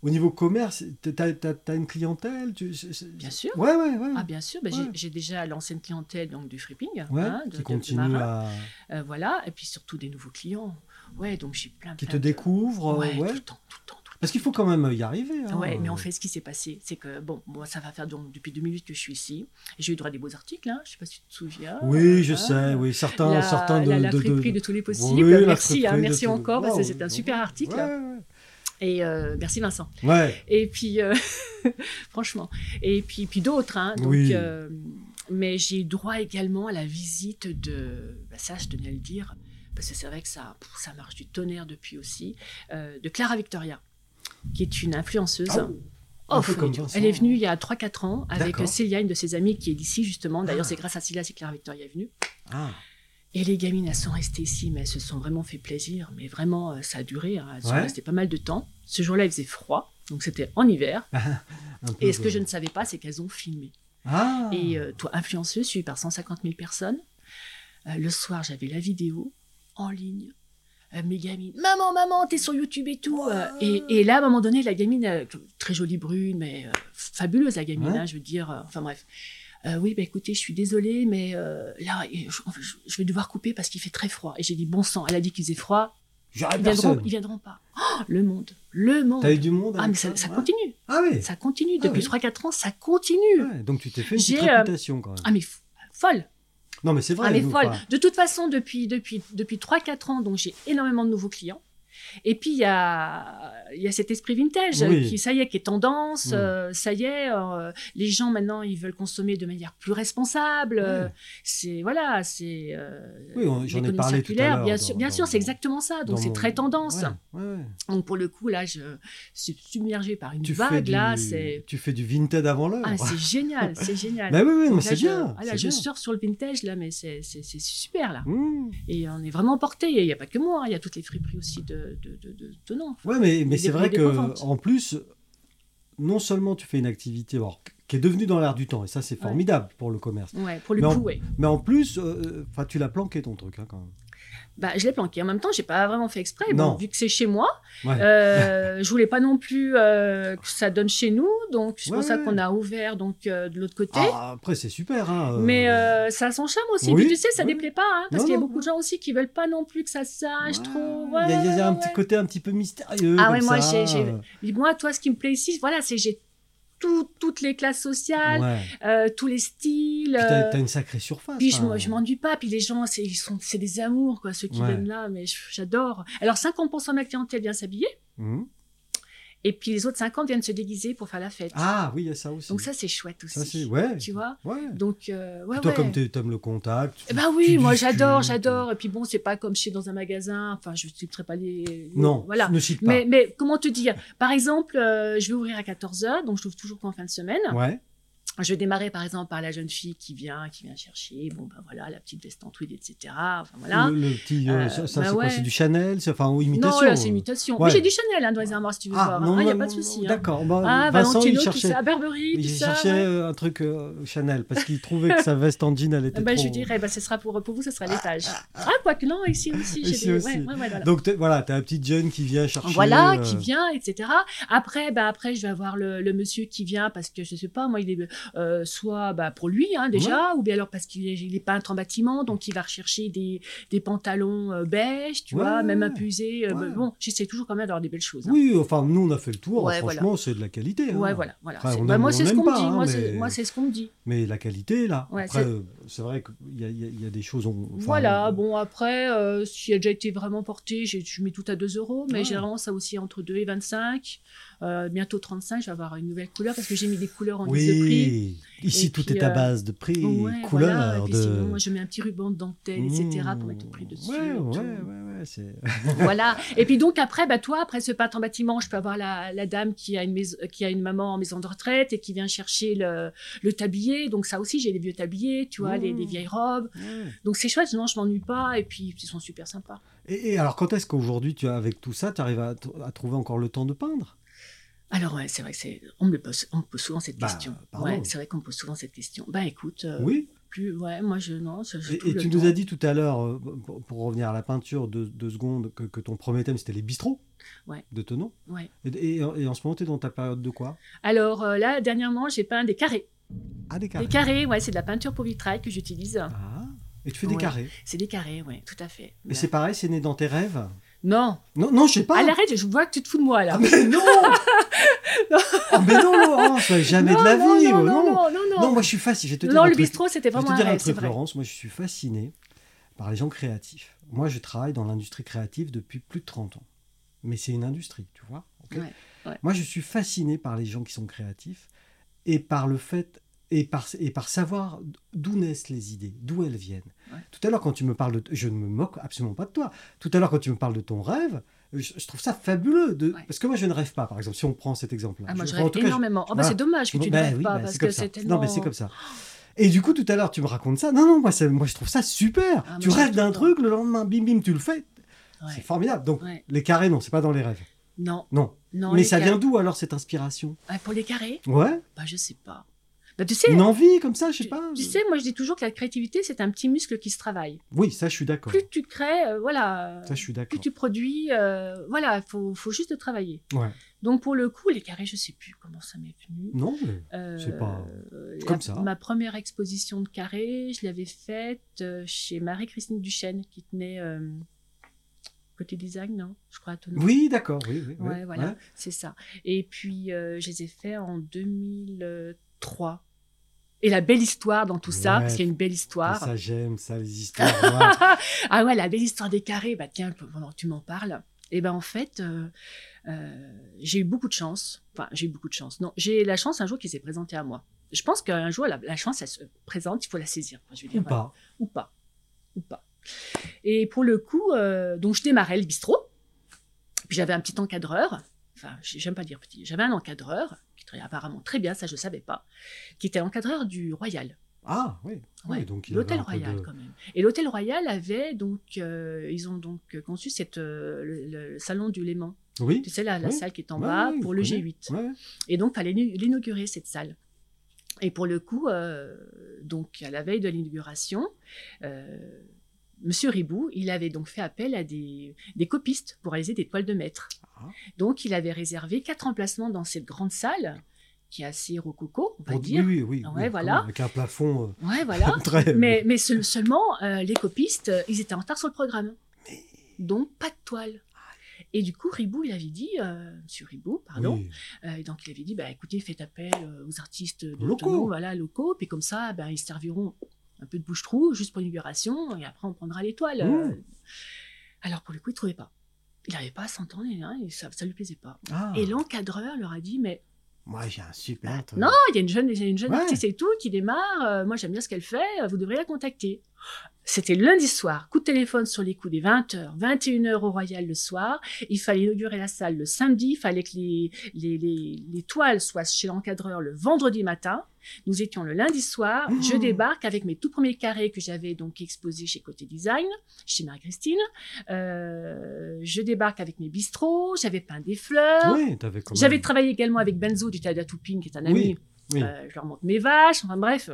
au niveau commerce, t'as as, une clientèle tu- c'est- c'est- Bien sûr. Ouais, ouais, ouais. Ah, bien sûr, bah, j'ai- Mm. Ouais. j'ai déjà l'ancienne clientèle donc, du fripping, Ouais, hein, de, de- qui de continue marin. à. Euh, voilà, et puis surtout des nouveaux clients. Ouais, donc j'ai plein, qui te plein de- découvre. euh, Ouais, Ouais, tout le temps, tout le temps, tout le temps. Parce qu'il faut quand même y arriver. hein. Ouais, mais en fait, ce qui s'est passé, c'est que, bon, moi, ça va faire donc depuis 2008 que je suis ici. J'ai eu droit à des beaux articles, hein, je sais pas si tu te souviens. Oui, je Euh, sais, oui, certains, la, certains de. la, la de- de- friperie de tous les possibles. Oui, la merci, hein, friperie de merci tous- encore, parce que Waouh, c'est un ouais. super article. hein. Ouais, ouais. Et euh, merci Vincent. Ouais, Et puis, euh, franchement, et puis, puis d'autres. hein. donc, Oui. euh, mais j'ai eu droit également à la visite de, bah ça je tenais à le dire, parce que c'est vrai que ça, pff, ça marche du tonnerre depuis aussi, euh, de Clara Victoria, qui est une influenceuse. Ah Un peu oui, comme tu- Vincent. Oh, elle est venue il y a 3-4 ans avec D'accord. Célia, une de ses amies qui est d'ici justement. D'ailleurs, Ah. c'est grâce à Célia si Clara Victoria est venue. Ah, Et les gamines, elles sont restées ici, mais elles se sont vraiment fait plaisir. Mais vraiment, euh, ça a duré. hein. Elles sont Ouais. restées pas mal de temps. Ce jour-là, il faisait froid, donc c'était en hiver. Ah, un peu Et ce que de- je ne savais pas, c'est qu'elles ont filmé. Ah Et euh, toi, influenceuse, suivie par 150 000 personnes, euh, le soir, j'avais la vidéo en ligne. Euh, mes gamines, maman, maman, t'es sur YouTube et tout. Euh, et, et là, à un moment donné, la gamine, euh, très jolie brune, mais euh, fabuleuse la gamine, Ouais. hein, je veux dire, euh, enfin bref. Euh, oui, bah écoutez, je suis désolée, mais euh, là, et je, je- je vais devoir couper parce qu'il fait très froid. Et j'ai dit, bon sang, elle a dit qu'il faisait froid, J'aurais ils viendront, Ah, personne. ils viendront pas. Oh, le monde, le monde. T'as eu du monde Ah, avec mais ça, ça ouais. continue, Ah oui ça continue. Ah Depuis oui. 3-4 ans, ça continue. Ouais, Donc tu t'es fait une J'ai, petite euh, réputation quand même. Ah, mais f- folle. Non, mais c'est vrai. Ah, mais nous, folle. enfin, De toute façon, depuis, depuis, depuis 3-4 ans, donc j'ai énormément de nouveaux clients. Et puis, il y a, il y a cet esprit vintage euh, Oui. qui, ça y est, qui est tendance. Mm. euh, ça y est, euh, les gens, maintenant, ils veulent consommer de manière plus responsable. euh, Ouais. C'est, voilà, c'est... euh, Oui, on- j'en ai l'économie parlé tout à circulaire, l'heure Bien dans- sûr, bien dans- sûr c'est exactement ça. Donc, dans c'est mon- très tendance. Ouais, ouais, ouais. Donc, pour le coup, là, je suis submergée par une Tu, fais vague. du... Là, c'est... tu fais du vintage avant l'heure. Ah, c'est génial, c'est génial. Bah oui, oui, mais Donc là, c'est je- bien. ah, là, c'est je bien. sors sur le vintage, là, mais c'est c'est- c'est super, là. Mmh. Et on est vraiment porté. Il n'y a pas que moi, hein, il y a toutes les friperies aussi de, de, de, de, de Nantes. Ouais, mais, mais des c'est prix vrai des que reventes. en plus, non seulement tu fais une activité alors, qui est devenue dans l'air du temps, et ça c'est Ouais. formidable pour le commerce, Ouais, pour le Mais coup, on- ouais. mais en plus, euh, enfin tu l'as planqué ton truc hein, quand même. Bah, je l'ai planqué. En même temps, j'ai pas vraiment fait exprès. Non. Bon, vu que c'est chez moi, Ouais. euh, je voulais pas non plus euh, que ça donne chez nous. Donc, c'est Ouais, pour ça ouais. qu'on a ouvert donc euh, de l'autre côté. Ah, après c'est super. Hein, euh, Mais euh, ça a son charme aussi. oui, Puis, tu sais, ça oui. déplaît pas. hein, parce Non, qu'il y a non, beaucoup de gens aussi qui veulent pas non plus que ça se sache ouais, trop. Il y a- il y, a ah, un ouais, petit ouais. côté un petit peu mystérieux. Ah comme ouais, moi, ça. j'ai- j'ai- Puis moi, toi, ce qui me plaît ici, voilà, c'est j'ai tout- toutes les classes sociales, Ouais. euh, tous les styles. Puis euh, t'as t'as une sacrée surface. Puis je, hein. m'en- je m'ennuie pas. Puis les gens, c'est ils sont- c'est des amours, quoi, ceux qui Ouais. viennent là. Mais je- j'adore. Alors 50% de ma clientèle vient s'habiller. Mmh. Et puis les autres 50 viennent se déguiser pour faire la fête. Ah oui, il y a ça aussi. Donc ça, c'est chouette aussi. Ça, c'est ouais. Tu vois Ouais. Donc, euh, ouais, Puis toi ouais. comme t'es- t'aimes le contact. tu- Eh ben tu oui, moi discutes. j'adore, j'adore. Et puis bon, c'est pas comme chez dans un magasin. Enfin, je ne citerai pas les. les- Non, Voilà. ne cite pas. Mais, mais comment te dire Par exemple, euh, je vais ouvrir à 14h, donc je trouve toujours qu'en fin de semaine. Ouais. Je démarrais par exemple par la jeune fille qui vient, qui vient chercher, bon ben voilà, la petite veste en tweed, etc. Enfin voilà. Le, le petit, euh, Euh, ça, ça, bah c'est quoi ouais. C'est du Chanel, c'est- enfin ou imitation. Non, là c'est imitation. Ouais. Mais j'ai du Chanel hein, dans les armoires si tu Ah, veux voir. Il n'y a pas de souci. hein. D'accord. bah, Ah, Vincent, il Valentino, tout cherchait, ça, Burberry, il tout ça. cherchait ouais. euh, un truc euh, Chanel parce qu'il trouvait que sa veste en jean elle était Ah, bah, trop. je lui dirais, bah, ce sera pour, pour vous, ce sera l'étage. Ah, quoi que non, ici aussi. j'ai Ici des- aussi. ouais, ouais, ouais, voilà. Donc t'es- voilà, t'as un petit jeune qui vient chercher. Voilà, euh, qui vient, etc. Après, bah, après, je vais avoir le, le monsieur qui vient parce que je sais pas, moi, il est euh, soit bah, pour lui hein, déjà, ou bien alors parce qu'il est, il est peintre en bâtiment, donc il va rechercher des, des pantalons euh, beige, tu Ouais, vois, ouais, même ouais. imposés. euh, bah, Ouais. Bon, j'essaie toujours quand même d'avoir des belles choses. hein. Oui, enfin nous on a fait le tour. Ouais, franchement, c'est de la qualité. hein. Ouais, voilà, voilà. Enfin, C'est- on bah, aime- moi, on c'est ce aime qu'on me pas, dit. hein, moi, c'est- mais- moi, c'est ce qu'on me dit. Mais la qualité là. Ouais, Après, c'est- euh, c'est vrai qu'il y, a- il y a- il y a des choses. on- enfin, voilà, on- bon, après, euh, si elle a déjà été vraiment portée, j'ai- je mets tout à 2 euros, mais Ouais. généralement, ça aussi entre 2 et 25. Euh, bientôt 35, je vais avoir une nouvelle couleur parce que j'ai mis des couleurs en liste de prix. Oui, ici Et tout puis, est à euh, base de prix, Ouais, couleur, voilà, et puis de. sinon, moi, je mets un petit ruban de dentelle, etc., pour mettre le prix Mmh. dessus. Ouais, et ouais, tout. ouais, ouais, c'est- Voilà. Et puis donc, après, bah, toi, après ce peintre en bâtiment, je peux avoir la, la dame qui a, une maison, euh, qui a une maman en maison de retraite et qui vient chercher le, le tablier. Donc, ça aussi, j'ai les vieux tabliers, tu vois, les, les Mmh. vieilles robes. Donc, c'est chouette, non, je m'ennuie pas. Et puis, ils sont super sympas. Et, et alors, quand est-ce qu'aujourd'hui, tu as, avec tout ça, tu arrives à, t- à trouver encore le temps de peindre Alors, ouais, c'est vrai que c'est. On me le pose, on me pose souvent cette Bah, question. pardon. Ouais, c'est vrai qu'on me pose souvent cette question. Bah, écoute, euh, Oui. plus. Ouais, moi, je. Non, je- je- Et, tout et le tu nous temps. as dit tout à l'heure, euh, pour, pour revenir à la peinture, deux, deux secondes, que, que ton premier thème, c'était les bistrots Ouais. de ton nom. Ouais. Et, et- et en ce moment, tu es dans ta période de quoi Alors, euh, là, dernièrement, j'ai peint des carrés. Ah, des carrés. Des carrés, ouais, c'est de la peinture pour vitrail que j'utilise. Ah. Et tu fais des Ouais. carrés. C'est des carrés, ouais, tout à fait. Et c'est pareil, c'est né dans tes rêves Non, Non, non, je sais pas. à l'arrêt, je vois que tu te fous de moi Ah, là. mais non Ah, mais non, Laurence, jamais de la Non, vie Non, oh, non, non, non, non. Non, moi je suis fasciné. Je vais te Non, dire un le truc. bistrot, c'était Je vais vraiment te dire un un rêve, c'est truc, vrai. Laurence. Moi je suis fasciné par les gens créatifs. Moi je travaille dans l'industrie créative depuis plus de 30 ans. Mais c'est une industrie, tu vois. ok Ouais, ouais. Moi je suis fasciné par les gens qui sont créatifs et par le fait. Et par, et par savoir d'où naissent les idées, d'où elles viennent. Ouais. Tout à l'heure, quand tu me parles de. Je ne me moque absolument pas de toi. Tout à l'heure, quand tu me parles de ton rêve, je, je trouve ça fabuleux. De, Ouais. Parce que moi, je ne rêve pas, par exemple, si on prend cet exemple-là. Ah, moi, je enfin, rêve en tout cas, je- énormément. Oh, bah, voilà. c'est dommage que tu ne Ben rêves oui, pas ben parce c'est comme que ça. c'est tellement. Non, mais c'est comme ça. Et du coup, tout à l'heure, tu me racontes ça. Non, non, moi, ça- moi je trouve ça super. Ah, moi, tu je rêves rêve d'un tout le truc, le lendemain, bim, bim, tu le fais. Ouais. C'est formidable. Donc, Ouais. les carrés, non, c'est pas dans les rêves. Non, Non. non. mais les ça carrés- vient d'où alors cette inspiration Ah, Pour les carrés Ouais. Bah, je sais pas. Bah, tu sais. Une envie comme ça, je sais Tu, pas. tu sais, moi je dis toujours que la créativité c'est un petit muscle qui se travaille. Oui, ça, je suis d'accord. Plus tu crées, euh, voilà, Ça, je suis plus d'accord. tu produis, euh, voilà, il faut, faut juste le travailler. Ouais. Donc pour le coup, les carrés, je sais plus comment ça m'est venu. Non, mais- C'est Euh, pas- la- comme ça. Ma première exposition de carré, je l'avais faite euh, chez Marie-Christine Duchesne, qui tenait euh, côté design, non Je crois à Tonon. Oui, d'accord. Oui, oui, oui. Ouais, voilà, Ouais. c'est ça. Et puis, euh, je les ai faits en 2003. Et la belle histoire dans tout ça, Ouais. parce qu'il y a une belle histoire. Ça, j'aime ça, les histoires. ouais. Ah ouais, la belle histoire des carrés, bah tiens, pendant que tu m'en parles, et ben en fait, euh, euh, j'ai eu beaucoup de chance. Enfin, j'ai eu beaucoup de chance. Non, j'ai eu la chance un jour qui s'est présentée à moi. Je pense qu'un jour, la, la chance, elle se présente, il faut la saisir. quoi, je veux dire, Ou pas. Ou pas. Ou pas. Et pour le coup, euh, donc je démarrais le bistrot. Puis j'avais un petit encadreur. Enfin, j'ai- j'aime pas dire petit. J'avais un encadreur qui travaillait apparemment très bien, ça je savais pas, qui était l'encadreur du Royal. Ah, oui. Ouais, Oui, donc il avait L'hôtel un peu Royal, de- quand même. Et l'hôtel Royal avait donc, euh, ils ont donc conçu cette, euh, le, le salon du Léman. Oui. Tu sais, la, la Oui. salle qui est en Ouais, bas ouais, pour je le connais. G8. Ouais. Et donc, fallait l'in- l'inaugurer, cette salle. Et pour le coup, euh, donc, à la veille de l'inauguration, euh, Monsieur Ribou, il avait donc fait appel à des, des copistes pour réaliser des toiles de maître. Ah. Donc, il avait réservé quatre emplacements dans cette grande salle, qui est assez rococo, on va Pour- dire. Oui, oui, oui, Ah oui, ouais, quand voilà. même, Avec un plafond euh, Ouais, voilà. très. Mais, mais seul- seulement, euh, les copistes, euh, ils étaient en retard sur le programme. Donc, pas de toile. Ah. Et du coup, Ribou, il avait dit, euh, monsieur Ribou, pardon, Oui. euh, et donc il avait dit, bah, écoutez, faites appel euh, aux artistes de Locaux. Tonon, voilà, locaux, puis comme ça, ben, ils se serviront un peu de bouche-trou, juste pour l'inauguration, et après on prendra l'étoile. euh. Mmh. Alors pour le coup, il ne trouvait pas. Il n'arrivait pas à s'entendre, et, hein, et ça ne lui plaisait pas. Ah, Et l'encadreur leur a dit, mais Moi, j'ai un super. truc. non, il y a une jeune, il y a une jeune Ouais. artiste et tout qui démarre. euh, moi, j'aime bien ce qu'elle fait. euh, Vous devriez la contacter. C'était lundi soir. Coup de téléphone sur les coups des 20h, 21h au Royal le soir. Il fallait inaugurer la salle le samedi. Il fallait que les, les, les- les toiles soient chez l'encadreur le vendredi matin. Nous étions le lundi soir. Je débarque avec mes tout premiers carrés que j'avais donc exposés chez Côté Design, chez Marie-Christine. Euh, je débarque avec mes bistrots. J'avais peint des fleurs. Oui, t'avais quand même- euh, J'avais travaillé également avec Benzo du Tada Touping, qui est un ami. Oui, oui. Euh, je leur montre mes vaches. Enfin bref,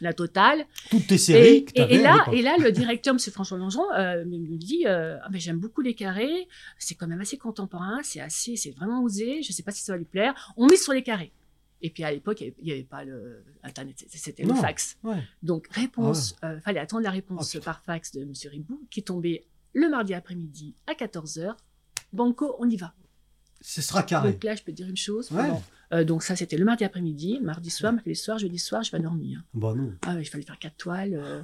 la totale. toutes tes séries Et, que et- t'avais et à là, l'époque. et là, le directeur, M. François Langeron, euh, me me dit euh, Ah, mais J'aime beaucoup les carrés, c'est quand même assez contemporain, c'est assez, c'est vraiment osé, je ne sais pas si ça va lui plaire. On met sur les carrés. Et puis à l'époque, il n'y avait, il y avait pas le Internet, c'était- c'était le Non. fax. Ouais. Ah Donc, réponse, euh, fallait attendre la réponse Oh, putain. par fax de M. Ribou, qui tombait le mardi après-midi à 14h. Banco, on y va. Ce sera carré. Donc là, je peux te dire une chose. Ouais. pardon. Euh, donc ça, c'était le mardi après-midi, mardi soir, mercredi soir, jeudi soir, je vais dormir. Bon, Bah, non. Ah ouais, il fallait faire quatre toiles. euh.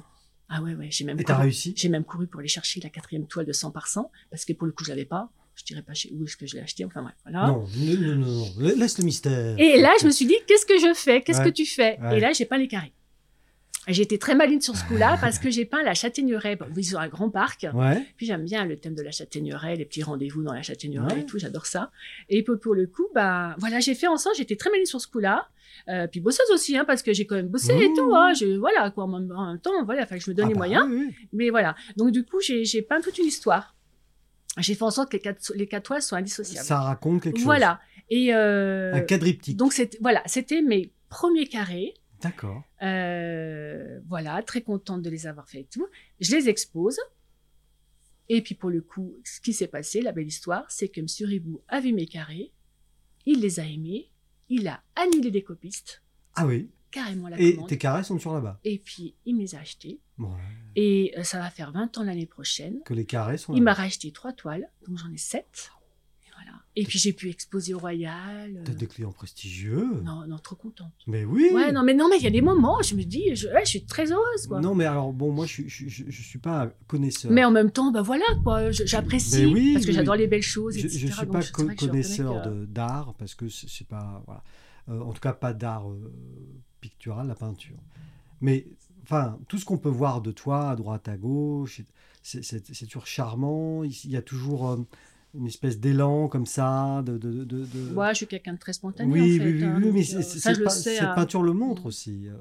Ah ouais, ouais, j'ai même Et t'as couru- réussi j'ai même couru pour aller chercher la quatrième toile de 100 par 100, parce que pour le coup, je l'avais pas. Je dirais pas chez où est-ce que je l'ai acheté. Enfin, bref, voilà. Non, non, non, non, non. Laisse le mystère. Ah. Et là, je me suis dit, qu'est-ce que je fais Qu'est-ce Ouais. que tu fais Ouais. Et là, j'ai peint les carrés. J'ai été très maline sur ce coup-là parce que j'ai peint la châtaigneraie. Bon, ils ont un grand parc. Ouais. Puis j'aime bien le thème de la châtaigneraie, les petits rendez-vous dans la châtaigneraie Ouais. et tout, j'adore ça. Et pour, pour le coup, bah, voilà, j'ai fait en sorte, j'étais très mêlée sur ce coup-là. Euh, puis bosseuse aussi, hein, parce que j'ai quand même bossé et Mmh. tout. hein. Je- voilà, quoi, en même- en même temps, voilà, il fallait que je me donne Ah les bah moyens. oui, oui. Mais voilà, donc du coup, j'ai j'ai peint toute une histoire. J'ai fait en sorte que les quatre, les quatre toiles soient indissociables. Ça raconte quelque chose. voilà. Et euh, Un quadriptyque. donc, c'était- voilà, c'était mes premiers carrés. D'accord. Euh, voilà, très contente de les avoir fait et tout. Je les expose. Et puis pour le coup, ce qui s'est passé, la belle histoire, c'est que M. Ribou a vu mes carrés, il les a aimés, il a annulé des copistes, Ah oui. carrément la Et commande, tes carrés sont toujours là-bas. et puis il me les a achetés. Bon, ouais. Et euh, ça va faire 20 ans l'année prochaine. Que les carrés sont Il m'a là-bas. racheté trois toiles, donc j'en ai sept. Et, voilà. et puis j'ai pu exposer au Royal. euh, T'as des clients prestigieux. non, non, trop contente. Mais oui. Ouais, non, mais non, mais il y a des moments, je me dis, je, ouais, je suis très heureuse, quoi. Non, mais alors, bon, moi, je, je, je, je suis pas connaisseur. Mais en même temps, bah voilà, quoi, je- j'apprécie, Euh. Mais oui, parce que oui, j'adore oui. les belles choses, je, etc. je suis donc pas c'est co- vrai que je reconnais connaisseur que- de- d'art parce que c'est c'est pas voilà. Euh, en tout cas pas d'art euh, pictural la peinture mais enfin tout ce qu'on peut voir de toi à droite à gauche c'est- c'est c'est toujours charmant il il y a toujours euh, une espèce d'élan comme ça de, de, de- de- Ouais, je suis quelqu'un de très spontané, oui, en fait. oui, oui, hein, oui, donc, mais euh, c'est- c'est- ça, je cette le pein- sais. cette hein. peinture le montre aussi. euh,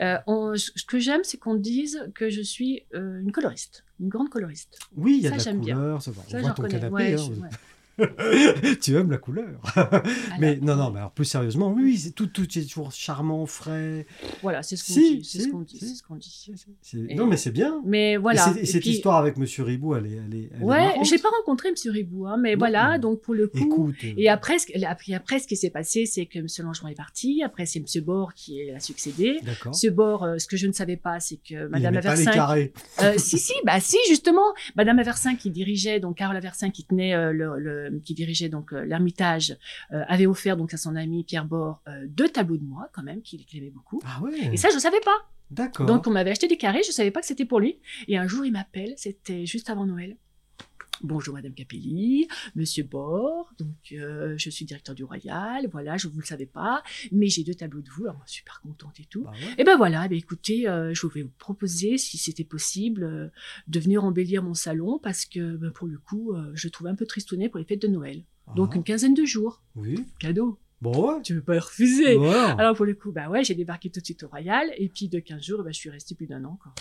Euh, on- ce ce que j'aime, c'est qu'on dise que je suis euh, une coloriste, une grande coloriste. oui, il y a ça, de la j'aime bien. couleur, ça va. Ça, on je voit ton reconnais. Ouais, canapé. hein, je- ouais. tu aimes la couleur. Alors, mais non, non, mais alors plus sérieusement, oui, oui, c'est tout, tout est toujours charmant, frais. Voilà, c'est ce qu'on Si, dit, c'est ce si, qu'on dit, si. c'est ce qu'on dit. C'est- Et- Non, mais c'est bien. Mais voilà. Et c'est- et cette puis- histoire avec Monsieur Ribou, elle est, elle est, elle est Ouais, marrante. j'ai pas rencontré M. Ribou, hein, mais Non, voilà, non. donc pour le coup, Écoute, euh, Et après, ce- après, après, ce qui s'est passé, c'est que M. Langeron est parti. Après, c'est M. Bord qui a succédé. d'accord. M. Bord, euh, ce que je ne savais pas, c'est que Il Madame n'aimait pas les Aversin. carrés. Euh, si, si, bah, si, justement. Madame Aversin qui dirigeait, donc Carole Aversin qui tenait, euh, le, le- qui dirigeait donc euh, l'Ermitage, euh, avait offert donc à son ami Pierre Bord euh, deux tableaux de moi, quand même, qu'il qu'il aimait beaucoup. Ah ouais. Et ça, je ne savais pas. D'accord. Donc, on m'avait acheté des carrés, je ne savais pas que c'était pour lui. Et un jour, il m'appelle, c'était juste avant Noël. Bonjour Madame Capelli, Monsieur Bord, donc euh, je suis directeur du Royal, voilà, je vous le savais pas, mais j'ai deux tableaux de vous, alors moi, super contente et tout. Bah ouais. Et ben voilà, eh ben écoutez, euh, je vais vous proposer, si c'était possible, euh, de venir embellir mon salon parce que ben, pour le coup, euh, je trouve un peu tristounet pour les fêtes de Noël. euh, Donc Ah, une quinzaine de jours, oui. cadeau, Bon ouais. tu veux pas le refuser. Voilà. Alors pour le coup, bah ouais, j'ai débarqué tout de suite au Royal et puis de 15 jours, bah, je suis restée plus d'un an. Quoi.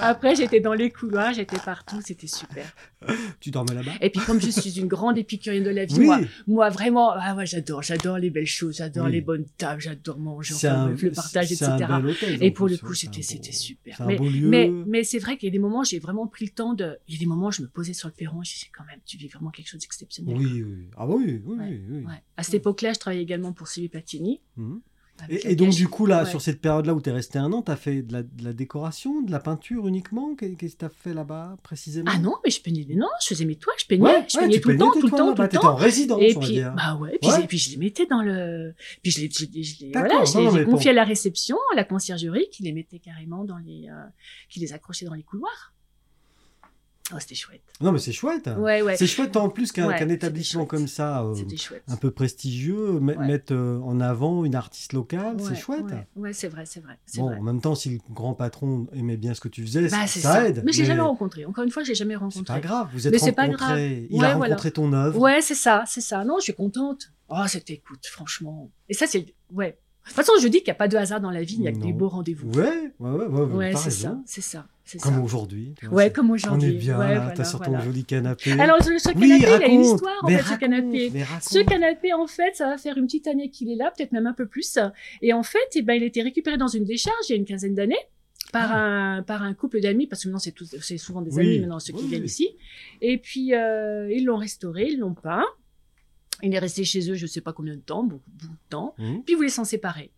Après, j'étais dans les couloirs, j'étais partout, c'était super. Tu dormais là-bas. Et puis comme je suis une grande épicurienne de la vie, Oui. moi, moi vraiment, ah ouais, j'adore, j'adore les belles choses, j'adore Oui. les bonnes tables, j'adore manger, C'est enfin, un, bref, le partage, c'est etc. un bel hôtel, Et en pour plus, le coup, c'est un c'était beau- c'était super. C'est un Mais, beau lieu. mais, mais c'est vrai qu'il y a des moments, j'ai vraiment pris le temps de. Il y a des moments, je me posais sur le perron, je disais quand même, tu vis vraiment quelque chose d'exceptionnel. Oui, oui. Ah bah oui, oui, Ouais, oui, oui. Ouais. À cette époque-là, je travaillais également pour Sylvie Platini. Mhm. avec Et, et donc laquelle du coup là, Ouais. sur cette période-là où tu es resté un an, tu as fait de la, de la décoration, de la peinture uniquement Qu'est- Qu'est-ce que tu as fait là-bas précisément Ah non, mais je peignais des non, je faisais mes toits, je peignais, Ouais, je ouais, peignais tu tout le peignais temps, tes tout le toits temps, tout là-bas. le T'étais en temps. résidence, Et on va puis, dire. bah ouais, puis, Ouais. j'ai- puis je les mettais dans le, puis je les, je les- je les- D'accord, voilà, je non, les, je mais les pour- confiais à la réception, à la conciergerie, qui les mettait carrément dans les, euh, qui les accrochait dans les couloirs. Oh, c'était chouette. Non mais c'est chouette. Ouais, ouais, Ah. C'est chouette en plus qu'un Ouais, qu'un c'était établissement chouette. comme ça, euh, c'était chouette. un peu prestigieux, m- Ouais. mettre euh, en avant une artiste locale, Ouais, c'est chouette. Ouais, ouais, c'est vrai, c'est vrai, c'est Bon, vrai. en même temps, si le grand patron aimait bien ce que tu faisais, Bah, ça, c'est ça ça. aide. Mais j'ai jamais rencontré. Encore une fois, j'ai jamais c'est rencontré. pas grave, vous êtes Mais c'est pas rencontrés, il Ouais, a voilà. rencontré ton œuvre. Ouais, c'est ça, c'est ça. Non, je suis contente. Oh, c'était écoute, franchement. Et ça, c'est, ouais, De toute façon, je dis qu'il n'y a pas de hasard dans la vie, il n'y a que Non. des beaux rendez-vous. Ouais, ouais, ouais, ouais, Ouais, t'as c'est ça, raison. c'est ça, c'est ça. Comme aujourd'hui. tu vois, Ouais, c'est- comme On aujourd'hui. est bien Ouais, là, voilà, t'as sur ton voilà. joli canapé. Alors, ce, ce oui, canapé, il a une raconte, histoire, en mais fait, raconte, ce canapé. mais raconte. Ce canapé, en fait, ça va faire une petite année qu'il est là, peut-être même un peu plus. Et en fait, eh ben, il a été récupéré dans une décharge il y a une quinzaine d'années par, un, par un couple d'amis, parce que maintenant, c'est, tous- c'est souvent des Ah. Oui. amis, maintenant, ceux qui Oui, viennent oui. ici. Et puis, euh, ils l'ont restauré, ils l'ont peint. Il est resté chez eux, je ne sais pas combien de temps, beaucoup, beaucoup de temps. Mmh. Puis, ils voulaient s'en séparer.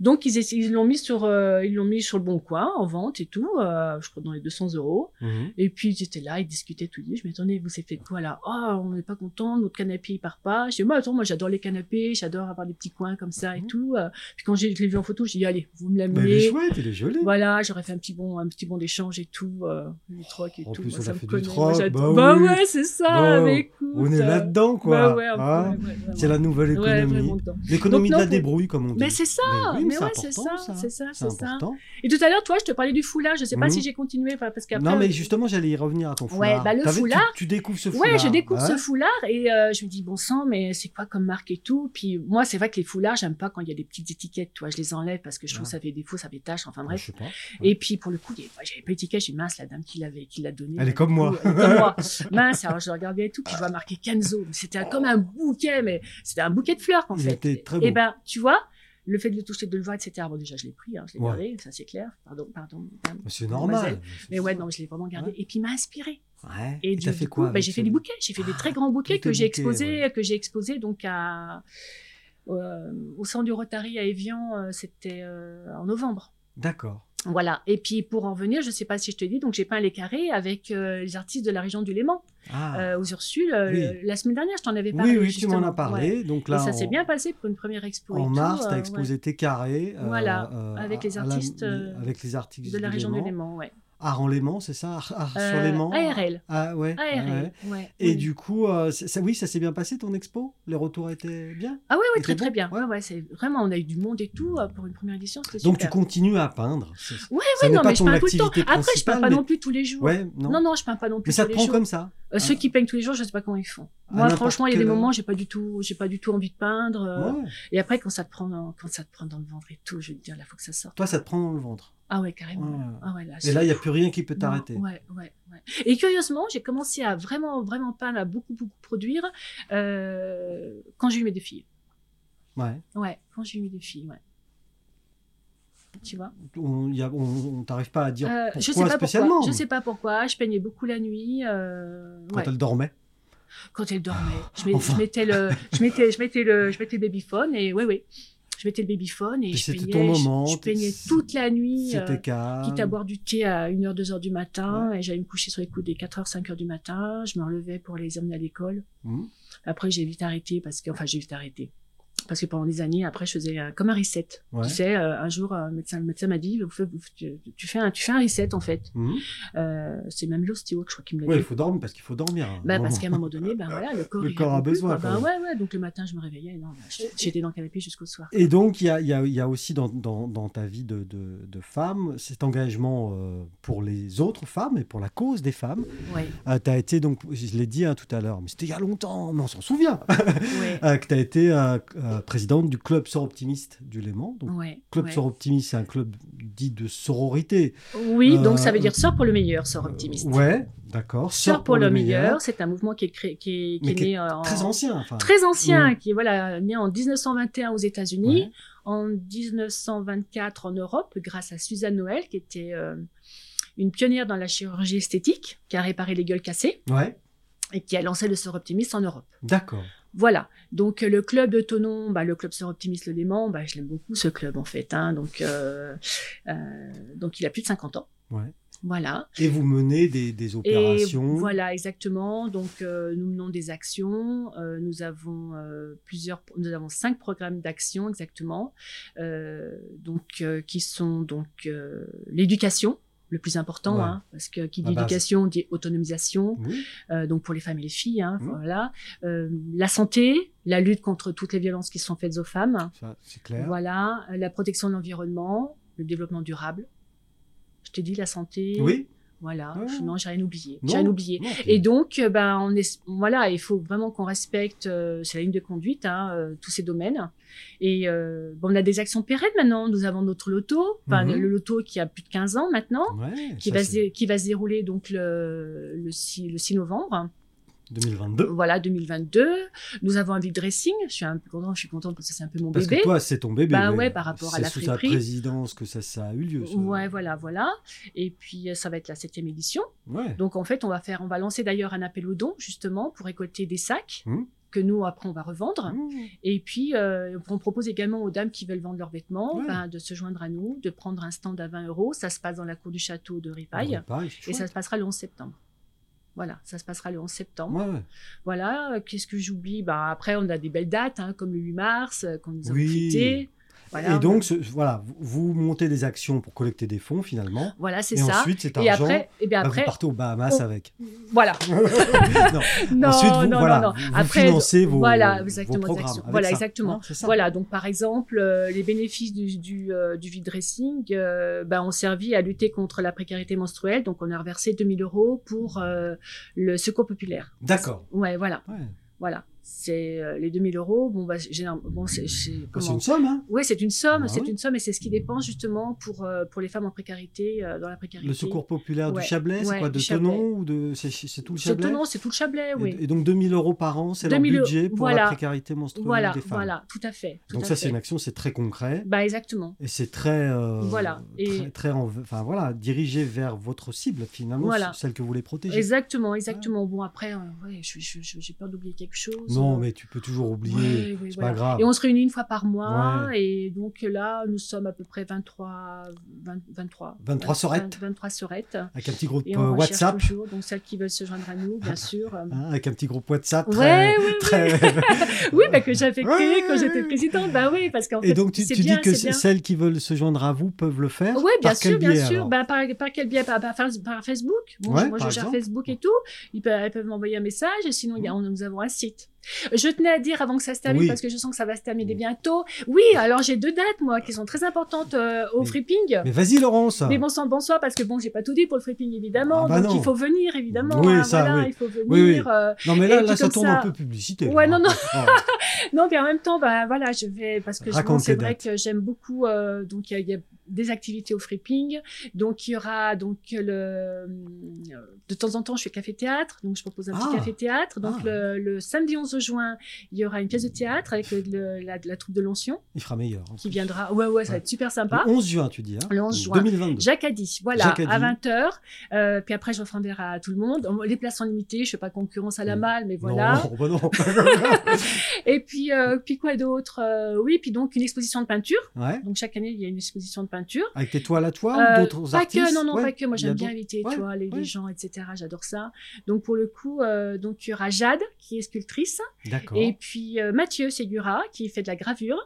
Donc, ils, essa- ils, l'ont mis sur, euh, ils l'ont mis sur le bon coin, en vente et tout, euh, je crois dans les 200 euros. Mmh. Et puis ils étaient là, ils discutaient tout dit. Je m'attendais, vous avez fait quoi là Oh, on n'est pas content, notre canapé il part pas. Je dis, moi, attends, moi j'adore les canapés, j'adore avoir des petits coins comme ça et Mhm. tout. Euh, Puis quand j'ai- je l'ai vu en photo, j'ai dit, allez, vous me Mais il Bah, est l'amenez. chouette, il est joli. Voilà, j'aurais fait un petit bon, un petit bon d'échange et tout, euh, du troc et En tout. plus, Moi, on ça a me fait du connaît, moi, troc, j'adore. bah bah, oui. ouais, c'est ça. Bon, mais écoute, On est euh, là-dedans, quoi. bah ouais, un peu, hein. ouais, ouais, ouais, C'est la nouvelle ouais. Ouais, économie. vraiment dedans. Donc, L'économie de non, la faut- débrouille, comme on dit. Mais c'est ça, Mais oui, mais, mais ouais, c'est c'est ça, important, ça. c'est ça, C'est c'est ça. important. Et tout à l'heure, toi, je te parlais du foulard, je sais pas Mhm. si j'ai continué, enfin, parce qu'après. euh, Non, mais justement, j'allais y revenir à ton foulard. Ouais, bah, le T'avais- tu- foulard- Tu, découvres ce foulard. Ouais, je découvre hein. ce foulard et euh, je me dis bon sang, mais c'est quoi comme marque et tout. Puis moi, c'est vrai que les foulards, j'aime pas quand il y a des petites étiquettes. Toi, je les enlève parce que je trouve que Ouais. ça fait défaut, ça fait tache. Enfin Ouais, bref. Je sais pas. Et puis pour le coup, il y avait- j'avais pas d'étiquette. J'ai dit, mince la dame qui l'avait, qui l'a donné. Elle est du comme coup, moi. elle est comme moi. Mince. Alors je regarde bien et tout, puis je vois marqué Kenzo. Mais C'était un- comme un bouquet, mais c'était un bouquet de fleurs en Il fait. était très Et beau. ben, tu vois. Le fait de le toucher, de le voir, etc. Bon, déjà, je l'ai pris, hein, je l'ai Ouais. gardé, ça c'est clair. Pardon, pardon. madame. Mais C'est normal. Mais ouais, non, je l'ai vraiment gardé. Ouais. Et puis, il m'a inspiré. Ouais. Et, Et du- t'as du fait coup, quoi bah, avec J'ai ce- fait des bouquets. J'ai fait des très grands bouquets des que j'ai bouquets, exposés, ouais. que j'ai exposés donc à euh, au centre du Rotary à Evian. euh, C'était euh, en novembre. D'accord. Voilà. Et puis pour en revenir, je sais pas si je te dis, donc j'ai peint les carrés avec euh, les artistes de la région du Léman Ah. euh, aux Ursules euh, Oui. le- la semaine dernière. Je t'en avais parlé. oui, oui, tu m'en justement. as parlé. Ouais. Donc Et là, ça en- s'est bien passé pour une première expo. En et tout, mars, euh, t'as ouais. exposé tes carrés. euh, Voilà, euh, avec les à la- artistes, euh, avec les artistes de la région du Léman. Léman, ouais. Art en Léman, c'est ça Art, art sur Euh, Léman ARL. Ah ouais. ARL. ouais. ouais. Et Oui. du coup, euh, c'est- ça, oui, ça s'est bien passé ton expo Les retours étaient bien Ah oui, Et oui, très c'est très bon bien. Ouais. Ouais, ouais, c'est vraiment, on a eu du monde et tout euh, pour une première édition. c'était Donc super. tu continues à peindre. c'est- Ouais, ça ouais, n'est non, pas mais je ton peins tout le temps. activité Après, je peins principale, pas mais- non plus tous les jours. Ouais, non. Non, non, je peins pas non plus Mais ça tous te les prend jours. comme ça. Euh, Ceux qui peignent tous les jours, je sais pas comment ils font. À Moi, n'importe franchement, il y a des quelle moments, heure. j'ai pas du tout, j'ai pas du tout envie de peindre. euh, Ouais. Et après, quand ça te prend, dans- quand ça te prend dans le ventre et tout, je veux dire, là, faut que ça sorte. Toi, ça te prend dans le ventre. Ah ouais, carrément. Ouais. Ah ouais, là. Et c'est- là, il n'y a plus rien qui peut Non, t'arrêter. Ouais, ouais, ouais. Et curieusement, j'ai commencé à vraiment, vraiment peindre, à beaucoup, beaucoup produire euh, quand j'ai eu mes deux filles. Ouais. Ouais, quand j'ai eu mes deux filles, ouais. Tu vois. On y a- on- on t'arrive pas à dire Euh, pourquoi je sais pas spécialement. pourquoi. Je sais pas pourquoi. Je peignais beaucoup la nuit. euh, Quand ouais, elle dormait. Quand elle dormait, je, mets- Enfin. je mettais le, je mettais, je mettais le, je mettais le babyphone et ouais, ouais. Je mettais le babyphone et Puis je c'était peignais, ton je- moment, je, t'es- peignais toute la nuit. euh, C'était calme. Quitte à boire du thé à 1h, 2h du matin, et j'allais me coucher sur les coups des 4h, 5h du matin, je me relevais pour les emmener à l'école. Mhm. Après, j'ai vite arrêté, parce que, enfin, j'ai vite arrêté. Parce que pendant des années, après, je faisais un- comme un reset. Ouais. Tu sais, euh, un jour, un médecin, le médecin m'a dit, vous faites- vous- tu, tu fais un, tu fais un reset, en fait. Mhm. Euh, c'est même l'ostéo, je crois, qui me l'a Ouais, il dit. faut dormir parce qu'il faut dormir. hein. Bah, parce Bon. qu'à un moment donné, ben voilà, le corps, Le il corps a répond plus, besoin, quoi. quand Ben ouais, ouais, donc le matin, je me réveillais, non, ben, j- j'étais dans le canapé jusqu'au soir. Et donc, il y a, il y a- il y a aussi dans, dans- dans ta vie de, de- de femme cet engagement euh, pour les autres femmes et pour la cause des femmes. Ouais, tu as été, donc, je l'ai dit hein, tout à l'heure, mais c'était il y a longtemps, mais on s'en souvient, ouais, euh, que tu as été euh, euh, présidente du Club Soroptimiste du Léman. Donc, ouais. Club ouais. Soroptimiste, c'est un club dit de sororité. Oui, donc ça Euh, veut dire sort pour le meilleur, sort optimiste. Euh, ouais, d'accord. Sœur pour le meilleur, c'est un mouvement qui est, cré- qui est- qui Mais est qui né en- Très ancien. enfin. très ancien, Mm. qui est voilà, né en 1921 aux États-Unis, Ouais. en 1924 en Europe, grâce à Suzanne Noël, qui était euh, une pionnière dans la chirurgie esthétique, qui a réparé les gueules cassées Ouais, et qui a lancé le sort optimiste en Europe. d'accord. Voilà, donc euh, le club de Tonon, bah, le club Sœur Optimiste Le Léman, bah, je l'aime beaucoup ce club en fait, hein, donc, euh, euh, donc il a plus de 50 ans. Ouais. Voilà. Et vous menez des, des Et opérations. voilà, exactement. Donc, euh, nous menons des actions. Euh, nous avons euh, plusieurs, nous avons cinq programmes d'action exactement, Euh, donc euh, qui sont donc euh, l'éducation, le plus important, Ouais. hein, parce que qui La dit base. éducation dit autonomisation, Oui, euh, donc pour les femmes et les filles, hein, Mhm. voilà. Euh, la santé, la lutte contre toutes les violences qui sont faites aux femmes, ça, c'est clair. voilà, Euh, la protection de l'environnement, le développement durable. Je t'ai dit la santé. Oui, Voilà, Ah. je- non, j'ai rien oublié. Non. Mmh. J'ai rien oublié. Non, Et t'es- donc, euh, ben, on est, voilà, il faut vraiment qu'on respecte, euh, c'est la ligne de conduite, hein, euh, tous ces domaines. Et euh, bon, on a des actions pérennes maintenant. Nous avons notre loto, enfin, Mhm. le loto qui a plus de 15 ans maintenant, Ouais, qui, ça, va se, c'est dé- qui va se dérouler donc le, le, 6, le 6 novembre. 2022. Voilà, 2022. Nous avons un vide dressing. Je suis un peu contente, je suis contente parce que c'est un peu mon Parce bébé. que toi, c'est ton bébé. Bah mais ouais, par rapport à c'est la sous sa friperie. présidence que ça, ça a eu lieu. ce- Ouais, voilà, voilà. Et puis, euh, ça va être la septième édition. Ouais. Donc en fait, on va faire, on va lancer d'ailleurs un appel aux dons justement pour récolter des sacs Mmh. que nous après on va revendre. Mmh. Et puis euh, on propose également aux dames qui veulent vendre leurs vêtements Ouais. ben, de se joindre à nous, de prendre un stand à 20 euros. Ça se passe dans la cour du château de Ripaille Ouais, pareil, c'est et ça chouette. se passera le 11 septembre. Voilà, ça se passera le 11 septembre. Ouais, ouais. Voilà, euh, qu'est-ce que j'oublie ben, Après, on a des belles dates, hein, comme le 8 mars, euh, qu'on nous a Oui. fêté. Voilà, Et donc, ce- voilà, vous- vous montez des actions pour collecter des fonds finalement. voilà c'est Et ça. ensuite, cet et argent, après, et bien bah, après vous partez aux Bahamas on- avec. voilà. Non. Non, Ensuite, vous, non, voilà, non, non. vous- vous Après, financez vos, voilà, vos exactement, programmes. exactement. avec Voilà, ça. exactement. Ah, c'est ça. Voilà, donc par exemple, euh, les bénéfices du, du, euh, du vide dressing euh, ben, ont servi à lutter contre la précarité menstruelle. Donc on a reversé 2000 euros pour euh, le secours populaire. D'accord. Ouais, voilà, Ouais. voilà. C'est euh, les 2000 euros. Bon, bah, j'ai un- bon, c'est c'est- Bah, C'est comment une somme, hein Ouais, c'est une somme, Bah c'est oui. une somme et c'est ce qui dépense justement pour, euh, pour les femmes en précarité, euh, dans la précarité. Le secours populaire Ouais, du Chablais, c'est ouais, quoi De du Chablais. Tenon ou de... C'est c'est tout le C'est Chablais non, c'est tout le Chablais, Et- oui. Et, donc 2000 euros par an, c'est leur 2000 euros, budget pour la voilà. précarité menstruelle Voilà, des femmes. voilà, tout à fait. tout Donc à ça, c'est fait. une action, c'est très concret. Bah exactement. Et c'est très, euh, Voilà. Et- très, très en- enfin voilà, dirigé vers votre cible finalement, Voilà. celle que vous voulez protéger. Exactement, exactement. Bon, après, euh, ouais, je- je- je- j'ai peur d'oublier quelque chose. Non, Euh, mais tu peux toujours oublier, ouais, ouais, c'est voilà. pas grave. Et on se réunit une fois par mois. Et donc là, nous sommes à peu près 23, 20 23, 23 sorettes. 23 sorettes. Avec un petit groupe Et euh, on recherche WhatsApp, toujours, donc celles qui veulent se joindre à nous, bien sûr. Euh, hein, avec un petit groupe WhatsApp Ouais, très, oui, très- oui, bah, que j'avais créé Ouais, ouais, quand ouais, j'étais ouais. présidente. Bah oui, parce qu'en fait, Et donc tu, c'est tu bien, dis que c'est bien. celles qui veulent se joindre à vous peuvent le faire Oui, bien par quel sûr, bien biais, sûr. alors Bah, par, par quel biais par, par, Face- par Facebook. Bon, Ouais, je- moi, par je gère exemple. Mhm. Facebook et tout. Ils peuvent, elles peuvent m'envoyer un message. Et sinon, il y a, on- nous avons un site. Je tenais à dire avant que ça se termine, Oui. Mhm. parce que je sens que ça va se terminer bientôt. Oui, alors j'ai deux dates, moi, qui sont très importantes euh, au Mais- fripping. Mais vas-y Laurence Mais bon sang, bonsoir, parce que bon, j'ai pas tout dit pour le fripping, évidemment. Ah bah donc, non. il faut venir, évidemment. Oui, hein, ça, voilà, oui. il faut venir. Oui, oui. euh, Non mais là, Et là puis ça comme tourne ça- un peu publicité. Ouais, là. non, non. Ah, Non, mais en même temps, bah, voilà, je vais, parce que je- Raconte c'est tes vrai dates. que j'aime beaucoup, euh, donc il y a- il y, a des activités au fripping. Donc il y aura, donc, le, de temps en temps, je fais café-théâtre, donc je propose un Ah. petit café-théâtre. Donc Ah. le, le samedi 11 juin, il y aura une pièce de théâtre avec le- le- la, la troupe de Lancion Il fera meilleur. hein, en qui plus. viendra. Ouais, ouais, ça va Ouais. être super Le sympa. 11 juin, tu dis. Hein Le 11 Donc, juin. 2022. Jacques Addy, voilà, Jacques Addy. à 20h. puis après, je referai un verre à tout le monde. Les places sont limitées, je ne fais pas concurrence à la Mm. malle, mais voilà. Non, bah non. Et puis, euh, puis quoi d'autre Euh, Oui, puis donc une exposition de peinture. ouais. Donc chaque année, il y a une exposition de peinture. Avec tes toiles à toi Euh, ou Oh, d'autres pas artistes que, non, non, Ouais, pas que. Moi, il y a j'aime bien d'autres- inviter, ouais, tu vois, les, les ouais. gens, etc. J'adore ça. Donc pour le coup, euh, donc il y aura Jade qui est sculptrice, D'accord. et puis euh, Mathieu Segura qui fait de la gravure.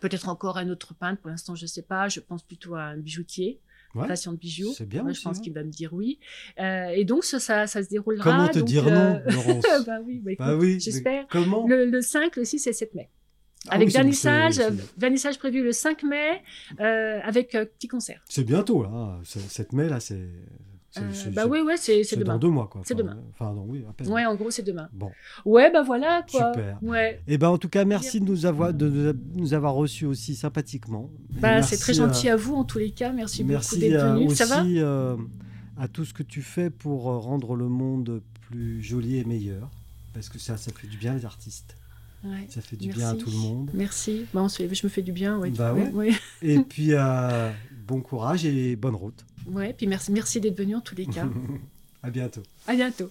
Peut-être encore un autre peintre. Pour l'instant, je sais pas. Je pense plutôt à un bijoutier, Ouais, patient de bijoux. C'est bien. Moi, je aussi, pense hein. qu'il va me dire oui. Euh, et donc ça, ça, ça se déroulera. Comment te donc, dire euh, non, Laurence Bah oui, bah, Bah écoute, oui. mais j'espère. Comment Le, le 5, le 6 et 7 mai. Ah Avec oui, c'est- vernissage, c'est- euh, vernissage prévu le 5 mai, euh, avec euh, petit concert. C'est bientôt, là. C'est- Cette mai, là, c'est. c'est- Euh, c'est- bah c'est- oui, ouais, c'est c'est C'est dans demain. deux mois, quoi. C'est Enfin, demain. euh, Enfin, non, oui, à peine. Ouais, en gros, c'est demain. Bon. Ouais, bah voilà, quoi. Super. Ouais. Eh ben, en tout cas, merci de nous avoir, de nous- de nous avoir reçus aussi sympathiquement. Et Bah, merci, c'est très euh, gentil à vous, en tous les cas. Merci, Merci, beaucoup d'être euh, venu. aussi Ça va euh, à tout ce que tu fais pour euh, rendre le monde plus joli et meilleur. Parce que ça, ça fait du bien les artistes. Ouais, Ça fait du Merci. bien à tout le monde. Merci. Bah, on se fait- je me fais du bien, ouais. Bah ouais. ouais. Et puis, euh, bon courage et bonne route. Ouais, puis merci, merci d'être venu, en tous les cas. à bientôt. à bientôt.